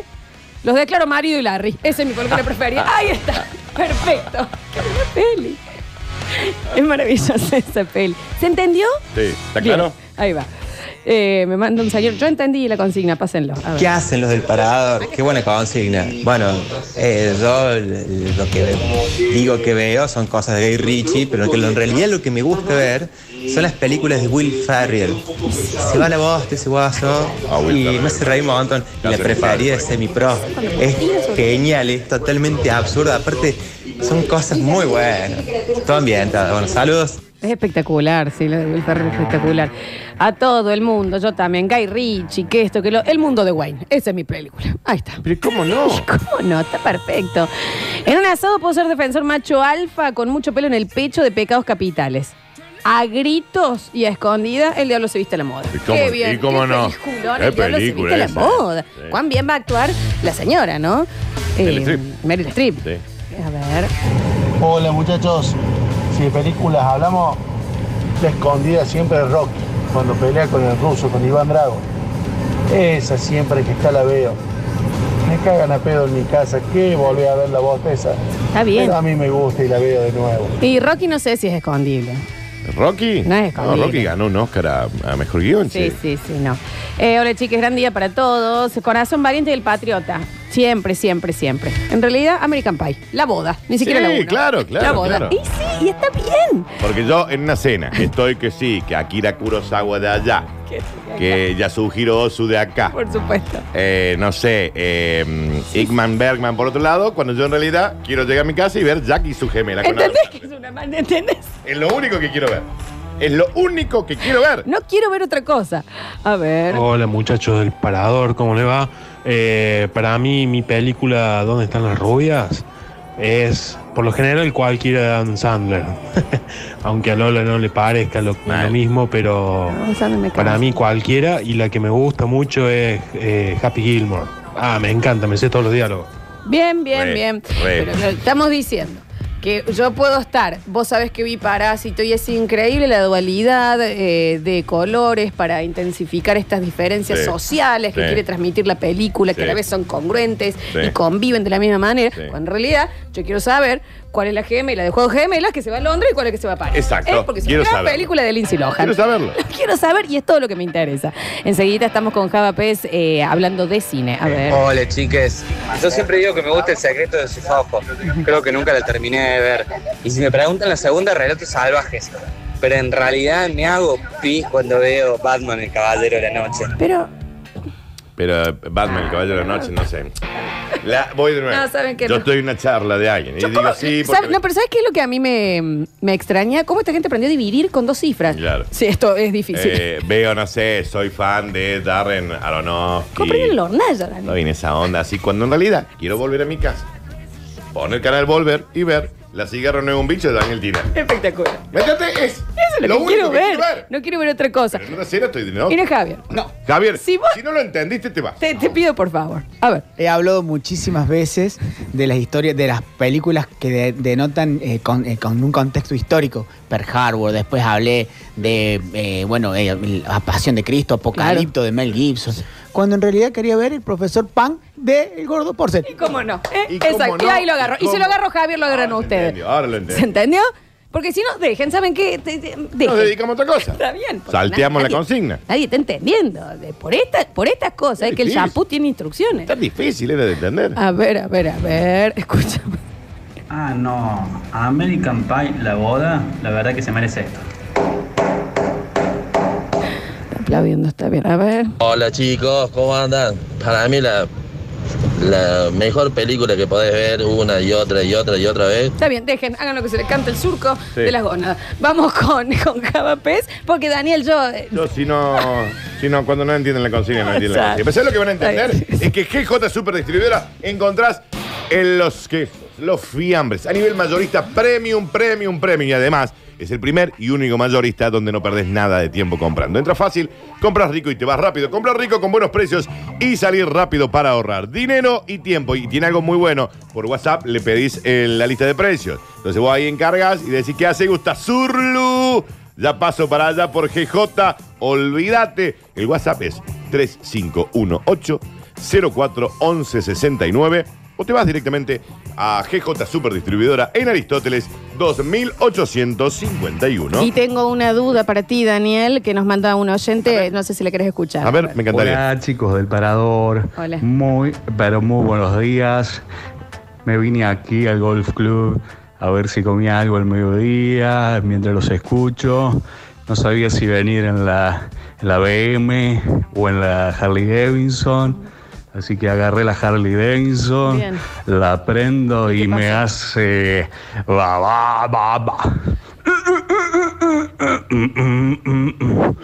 S2: Los declaro Mario y Larry. Esa es mi película preferida. Ahí está. Perfecto. Qué peli. Es maravillosa esa peli. ¿Se entendió?
S3: Sí, ¿está
S2: Bien,
S3: claro?
S2: Ahí va. Eh, me manda un señor. Yo entendí la consigna, pásenlo. A ver.
S16: ¿Qué hacen los del parador? Qué buena consigna. Bueno, eh, yo l- lo que digo que veo son cosas de Gay Ritchie, pero que lo- en realidad lo que me gusta ver son las películas de Will Ferrell. Se va la voz de ese guaso y me hace reír un montón. Y la preferida es semi-pro. Es genial, es totalmente absurda. Aparte, son cosas muy buenas. Todo ambientado. Bueno, saludos.
S2: Es espectacular, sí, lo de Will Ferrell es espectacular. A todo el mundo, yo también. Guy Ritchie, que esto, que lo. El mundo de Wayne. Esa es mi película. Ahí está.
S3: Pero ¿cómo no?
S2: ¿Cómo no? Está perfecto. En un asado puedo ser defensor macho alfa con mucho pelo en el pecho de pecados capitales. A gritos y a escondidas, el diablo se viste a la moda.
S3: ¿Y cómo-
S2: Qué bien.
S3: y cómo
S2: qué
S3: no?
S2: peliculón,
S3: Qué
S2: el diablo se
S3: película
S2: viste a la
S3: esa.
S2: moda.
S3: Sí.
S2: Cuán bien va a actuar la señora, ¿no?
S3: Meryl
S2: Eh,
S3: Streep.
S2: Meryl Streep.
S3: Sí.
S2: A ver.
S11: Hola muchachos, si de películas hablamos, la escondida siempre es Rocky, cuando pelea con el ruso, con Iván Drago. Esa siempre que está la veo. Me cagan a pedo en mi casa, que volví a ver la voz esa.
S2: Está bien.
S11: Pero a mí me gusta y la veo de nuevo.
S2: Y Rocky no sé si es escondible.
S3: ¿Rocky?
S2: No es escondido.
S3: Rocky ganó un Oscar a, a Mejor Guión.
S2: Sí,
S3: che.
S2: sí, sí, no. Eh, hola chicas, gran día para todos. Corazón valiente del patriota. Siempre, siempre, siempre. En realidad, American Pie. La boda. Ni siquiera
S3: Sí,
S2: la uno.
S3: claro, claro,
S2: La boda.
S3: claro.
S2: Y sí, y está bien.
S3: Porque yo en una cena estoy que sí, que Akira Kurosawa de allá, que Yasuhiro Ozu de acá,
S2: Por supuesto.
S3: eh, no sé, eh, Igman Bergman por otro lado, cuando yo en realidad quiero llegar a mi casa y ver Jack y su gemela. con
S2: ¿Entendés que es una maldad? ¿Entendés?
S3: Adam. Es lo único que quiero ver. Es lo único que quiero ver.
S2: No quiero ver otra cosa. A ver.
S17: Hola muchachos del Parador, ¿cómo le va? Eh, para mí mi película ¿Dónde están las rubias? es por lo general cualquiera de Adam Sandler. Aunque a Lola no le parezca lo, lo mismo, pero
S2: Adam Sandler me cansa.
S17: para mí cualquiera y la que me gusta mucho es eh, Happy Gilmore. Ah, me encanta, me sé todos los diálogos.
S2: Bien, bien,
S17: Re,
S2: bien.
S17: re.
S2: Pero lo estamos diciendo. Que yo puedo estar, vos sabés que vi Parásito y es increíble la dualidad eh, de colores para intensificar estas diferencias
S18: Sí.
S2: sociales que
S18: Sí.
S2: quiere transmitir la película, que
S18: Sí.
S2: a la vez son congruentes
S18: Sí.
S2: y conviven de la misma manera.
S18: Sí.
S2: Cuando en realidad yo quiero saber cuál es la gemela de juego gemelas que se va a Londres y cuál es que se va a París.
S3: Exacto.
S2: Eh, Porque es una
S3: Quiero
S2: gran
S3: saberlo.
S2: película de Lindsay Lohan.
S3: Quiero saberlo.
S2: Lo quiero saber y es todo lo que me interesa. Enseguida estamos con Java Pérez eh, hablando de cine. A
S11: Eh,
S2: ver.
S11: oh.
S19: Hola chiques, yo siempre digo que me gusta el secreto de sus ojos, creo que nunca la terminé de ver. Y si me preguntan la segunda, relatos salvajes. Pero en realidad me hago pis cuando veo Batman el Caballero de la Noche.
S2: Pero
S3: Pero eh, Batman, el caballo de la noche, no sé. La- voy de nuevo.
S2: No, saben que
S3: Yo
S2: no.
S3: estoy en una charla de alguien. Y digo, sí,
S2: ¿Sabe-
S3: porque.
S2: No, pero ¿sabes qué es lo que a mí me, me extraña? ¿Cómo esta gente aprendió a dividir con dos cifras?
S3: Claro.
S2: Sí, esto es difícil.
S3: eh, veo, no sé, soy fan de Darren Aronofsky.
S2: Compren el hornalla, Dani.
S3: No viene esa onda así cuando en realidad quiero volver a mi casa. Poner el canal Volver y ver La cigarra no es un bicho de Daniel Tira.
S2: Espectacular.
S3: Métete, es. Eso
S2: es lo,
S3: lo
S2: que
S3: único
S2: quiero
S3: que
S2: ver.
S3: quiero ver.
S2: No quiero ver otra cosa.
S3: En una cena estoy de no.
S2: Mira, Javier.
S3: No. Javier, si, no lo entendiste, te vas.
S2: Te, te pido por favor. A ver.
S13: He hablado muchísimas veces de las historias, de las películas que de- denotan eh, con, eh, con un contexto histórico. Per Harbor, después hablé de, eh, bueno, eh, La Pasión de Cristo, Apocalipto de Mel Gibson. Cuando en realidad quería ver el profesor Pan de El Gordo Porcel.
S2: ¿Y cómo no? Eh,
S13: ¿Y cómo
S2: Exacto.
S13: no?
S2: Y ahí lo agarro.
S13: ¿Y
S2: Y si
S13: cómo?
S2: lo agarro Javier, lo agarran ustedes.
S3: Ahora Ah, lo
S2: ¿Se
S3: entendí.
S2: entendió? Porque si no, dejen, ¿saben qué? Te- te- dejen.
S3: dedicamos a otra cosa.
S2: Está bien. porque
S3: Salteamos
S2: nadie-
S3: la consigna.
S2: Nadie está entendiendo. De- Por, esta, por estas cosas es que el
S3: difícil.
S2: shampoo tiene instrucciones.
S3: Tan difícil era de entender.
S2: A ver, a ver, a ver. Escúchame.
S18: Ah, no. American Pie, la boda, la verdad que se merece esto.
S2: Está aplaudiendo, está bien. A ver.
S20: Hola chicos, ¿cómo andan? Para mí la, la mejor película que podés ver una y otra y otra y otra vez.
S2: Está bien, dejen, hagan lo que se les cante el surco
S20: Sí.
S2: de las gonas. Vamos con, con Java Pez, porque Daniel, yo. eh,
S3: Yo, si no, si no, cuando no entienden la consigna, no entienden la
S2: Exacto.
S3: consigna. Pero ¿sabes lo que van a entender? Es que GJ Super Distribuidora encontrás en los quesos, los fiambres, a nivel mayorista, premium, premium, premium. Y además, es el primer y único mayorista donde no perdés nada de tiempo comprando. Entra fácil, compras rico y te vas rápido. Compras rico con buenos precios y salir rápido para ahorrar dinero y tiempo. Y tiene algo muy bueno. Por WhatsApp le pedís eh, la lista de precios. Entonces vos ahí encargas y decís, ¿qué hace? Gusta Surlu. Ya paso para allá por GJ. Olvídate. El WhatsApp es 3518-041169. O te vas directamente a GJ Superdistribuidora en Aristóteles 2851.
S2: Y tengo una duda para ti, Daniel, que nos manda un oyente. No sé si le querés escuchar.
S3: A ver, me encantaría.
S21: Hola chicos del Parador.
S2: Hola.
S21: Muy, pero muy buenos días. Me vine aquí al Golf Club a ver si comía algo al mediodía, mientras los escucho. No sabía si venir en la, en la BM o en la Harley Davidson. Así que agarré la Harley Davidson,
S22: Bien.
S21: la prendo y me hace... Ba, ba, ba, ba. Mm, mm, mm, mm.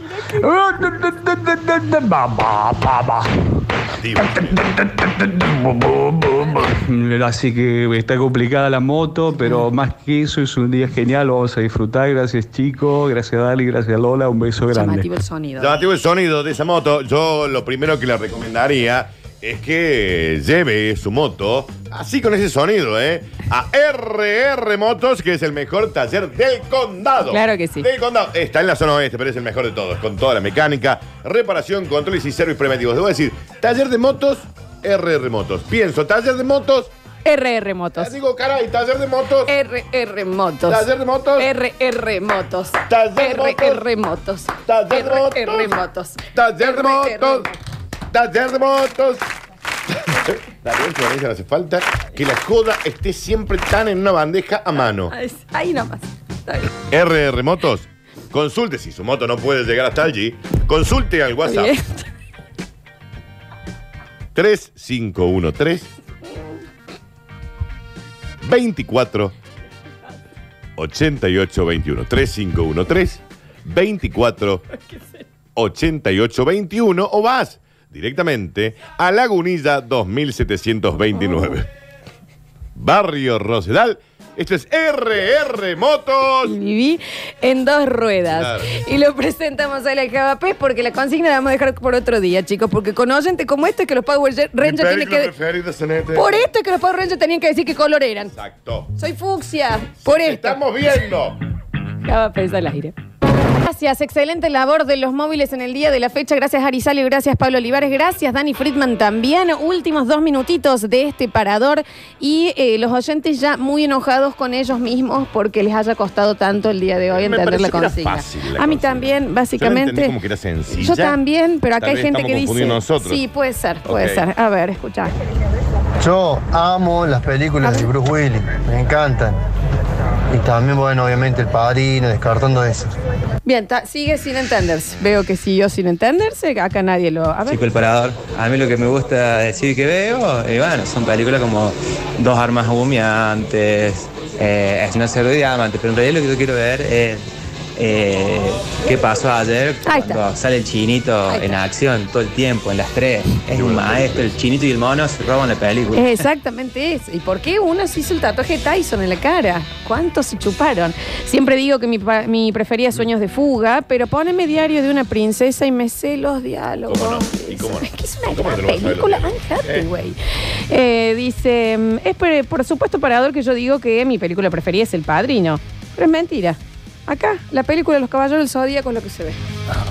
S21: Así que está complicada la moto, pero más que eso es un día genial, lo vamos a disfrutar. Gracias chicos, gracias Dali, gracias Lola, un beso grande.
S2: Llamativo el sonido.
S3: Llamativo el sonido de esa moto. Yo lo primero que le recomendaría es que lleve su moto así con ese sonido, ¿eh? A RR Motos, que es el mejor taller del condado.
S2: Claro que sí.
S3: Del condado. Está en la zona oeste, pero es el mejor de todos, con toda la mecánica, reparación, controles y servicios preventivos. Debo decir, taller de motos, RR Motos. Pienso, taller de motos,
S2: RR Motos.
S3: digo, caray, taller de motos.
S2: RR Motos.
S3: Taller de motos.
S2: RR Motos.
S3: Taller de motos.
S2: RR Motos.
S3: Taller de motos.
S2: RR Motos.
S3: taller de motos, taller de motos. Daniel Florencia no hace falta que la joda esté siempre tan en una bandeja a mano.
S2: Ahí- Ahí nomás. Está bien.
S3: RR Motos, consulte si su moto no puede llegar hasta allí. Consulte al
S2: Está
S3: WhatsApp
S2: bien.
S3: 3513 24 88 21 3513 24 88 21 o vas directamente a Lagunilla 2729 Barrio Rosedal esto es RR Motos
S2: Viví en dos ruedas.
S3: Claro.
S2: Y lo presentamos a la Java Pez porque la consigna la vamos a dejar por otro día, chicos. Porque con oyente como este es que los Power Rangers tienen que.
S3: este.
S2: Por e- esto es que los Power Rangers tenían que decir qué color eran.
S3: Exacto.
S2: Soy fucsia. Por esto.
S3: Estamos viendo.
S2: Java Pez al aire. Gracias, excelente labor de los móviles en el día de la fecha. Gracias Arizalio, gracias Pablo Olivares, gracias Dani Friedman también. Últimos dos minutitos de este parador y eh, los oyentes ya muy enojados con ellos mismos porque les haya costado tanto el día de hoy
S3: Me
S2: entender la
S3: pareció que era
S2: consigna.
S3: fácil la
S2: A mí
S3: consigna.
S2: también,
S3: Yo la entendí
S2: básicamente.
S3: como que era sencilla.
S2: Yo también, pero acá
S3: Tal
S2: hay
S3: vez
S2: gente
S3: estamos
S2: que dice.
S3: confundiendo nosotros.
S2: Sí, puede ser, puede
S3: Ok.
S2: ser. A ver, escucha.
S23: Yo amo las películas de Bruce Willis, me encantan.
S1: Y también, bueno, obviamente el padrino, descartando eso.
S2: Bien, ta- sigue sin entenderse. Veo que siguió sin entenderse. Acá nadie lo. A ver.
S16: Chico el parador. A mí lo que me gusta decir que veo, y bueno, son películas como Dos armas humeantes, eh, Es una cero de diamantes, pero en realidad lo que yo quiero ver es eh, qué pasó ayer
S2: Ahí está.
S16: cuando sale el chinito en acción todo el tiempo, en las tres. Es un maestro, el chinito y el mono se roban la película.
S2: Es exactamente eso. ¿Y por qué uno se hizo el tatuaje de Tyson en la cara? ¿Cuántos se chuparon? Siempre digo que mi, pa- mi preferida es Sueños de Fuga, pero poneme diario de una princesa y me sé los diálogos.
S3: ¿Cómo no? ¿Y cómo no?
S2: Es que es
S3: ¿Cómo no
S2: una
S3: te
S2: gran
S3: lo vas a saber
S2: película,
S3: los
S2: Anne Hathaway. Eh, dice, mm, es por, por supuesto parador que yo digo que mi película preferida es El Padrino. Pero es mentira. Acá, la película de los caballeros del Zodíaco es lo que se ve.
S3: Ah,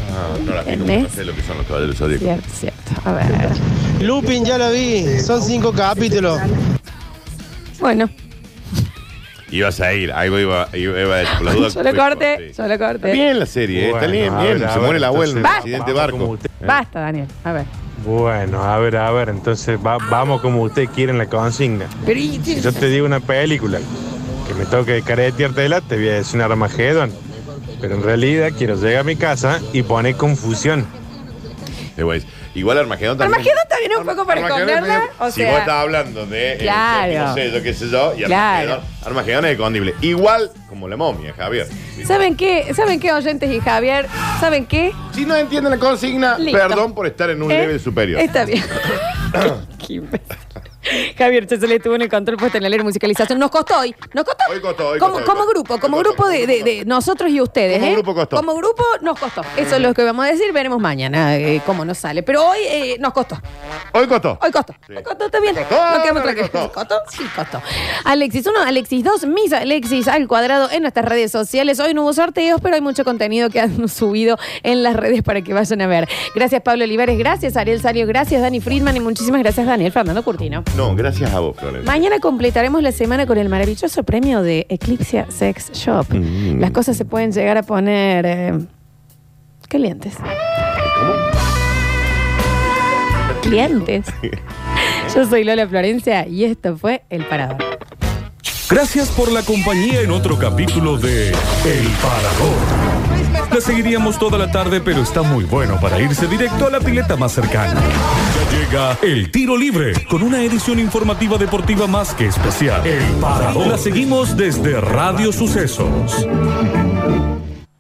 S3: no la vi nunca,
S2: ¿Entendés?
S3: sé lo que son los caballeros del Zodíaco.
S2: Cierto, cierto. A ver.
S14: Lupin, ya la vi. Son cinco capítulos.
S2: Bueno,
S3: Ibas a ir, algo iba, iba, iba a decir. por las dudas,
S2: yo lo
S3: fue-
S2: corté, yo lo
S3: Está
S2: corté.
S3: bien la serie, eh, está
S17: Bueno,
S3: bien,
S17: a
S3: bien.
S17: ver, a
S3: se
S17: ver,
S3: muere la abuela en el
S2: entonces,
S3: accidente
S17: vamos como
S3: barco.
S17: usted.
S2: Basta, Daniel. A ver.
S17: Bueno, a ver, a ver, entonces va- vamos como usted quiere en la consigna.
S2: Pero y-
S17: Si yo te digo una película que me toque careteártela, te voy a decir un Armagedón. Pero en realidad quiero llegar a mi casa y poner confusión.
S3: Eh, güey, Igual Armagedón también.
S2: Armagedón también es un poco para
S3: Armagedón es
S2: esconderla.
S3: medio-
S2: O
S3: si vos estás
S2: sea,
S3: hablando de. eh,
S2: Claro.
S3: no sé, yo qué sé yo. Y
S2: Claro.
S3: Armagedón, Armagedón es escondible. Igual como la momia, Javier.
S2: ¿saben qué? ¿Saben qué, oyentes y Javier? ¿Saben qué?
S3: Si no entienden la consigna,
S2: Listo.
S3: perdón por estar en un
S2: ¿Eh?
S3: nivel superior.
S2: Está bien. Qué imbécil. Javier Chesel estuvo en el control puesto en la leer musicalización. Nos costó hoy. Nos costó.
S3: Hoy costó, hoy
S2: como,
S3: costó, hoy
S2: como
S3: costó.
S2: grupo, como grupo de, de- de nosotros y ustedes.
S3: Como
S2: ¿eh?
S3: grupo costó.
S2: Como grupo nos costó. Eso es lo que vamos a decir. Veremos mañana eh, cómo nos sale. Pero hoy eh, nos costó.
S3: Hoy costó.
S2: Hoy costó. Hoy costó, está bien. No quedamos claro que- costó. Sí, costó. Alexis 1, Alexis 2, mis Alexis al cuadrado en nuestras redes sociales. Hoy no hubo sorteos, pero hay mucho contenido que han subido en las redes para que vayan a ver. Gracias, Pablo Olivares. Gracias, Ariel Sario. Gracias, Dani Friedman. Y muchísimas gracias, Daniel Fernando Curtino.
S3: No, gracias a vos, Florencia.
S2: Mañana completaremos la semana con el maravilloso premio de Eclipse Sex Shop.
S3: Mm.
S2: Las cosas se pueden llegar a poner eh, calientes. Clientes. Yo soy Lola Florencia y esto fue El Parador.
S4: Gracias por la compañía en otro capítulo de El Parador. La seguiríamos toda la tarde, pero está muy bueno para irse directo a la pileta más cercana. Ya llega El Tiro Libre, con una edición informativa deportiva más que especial. El Parador. La seguimos desde Radio Sucesos.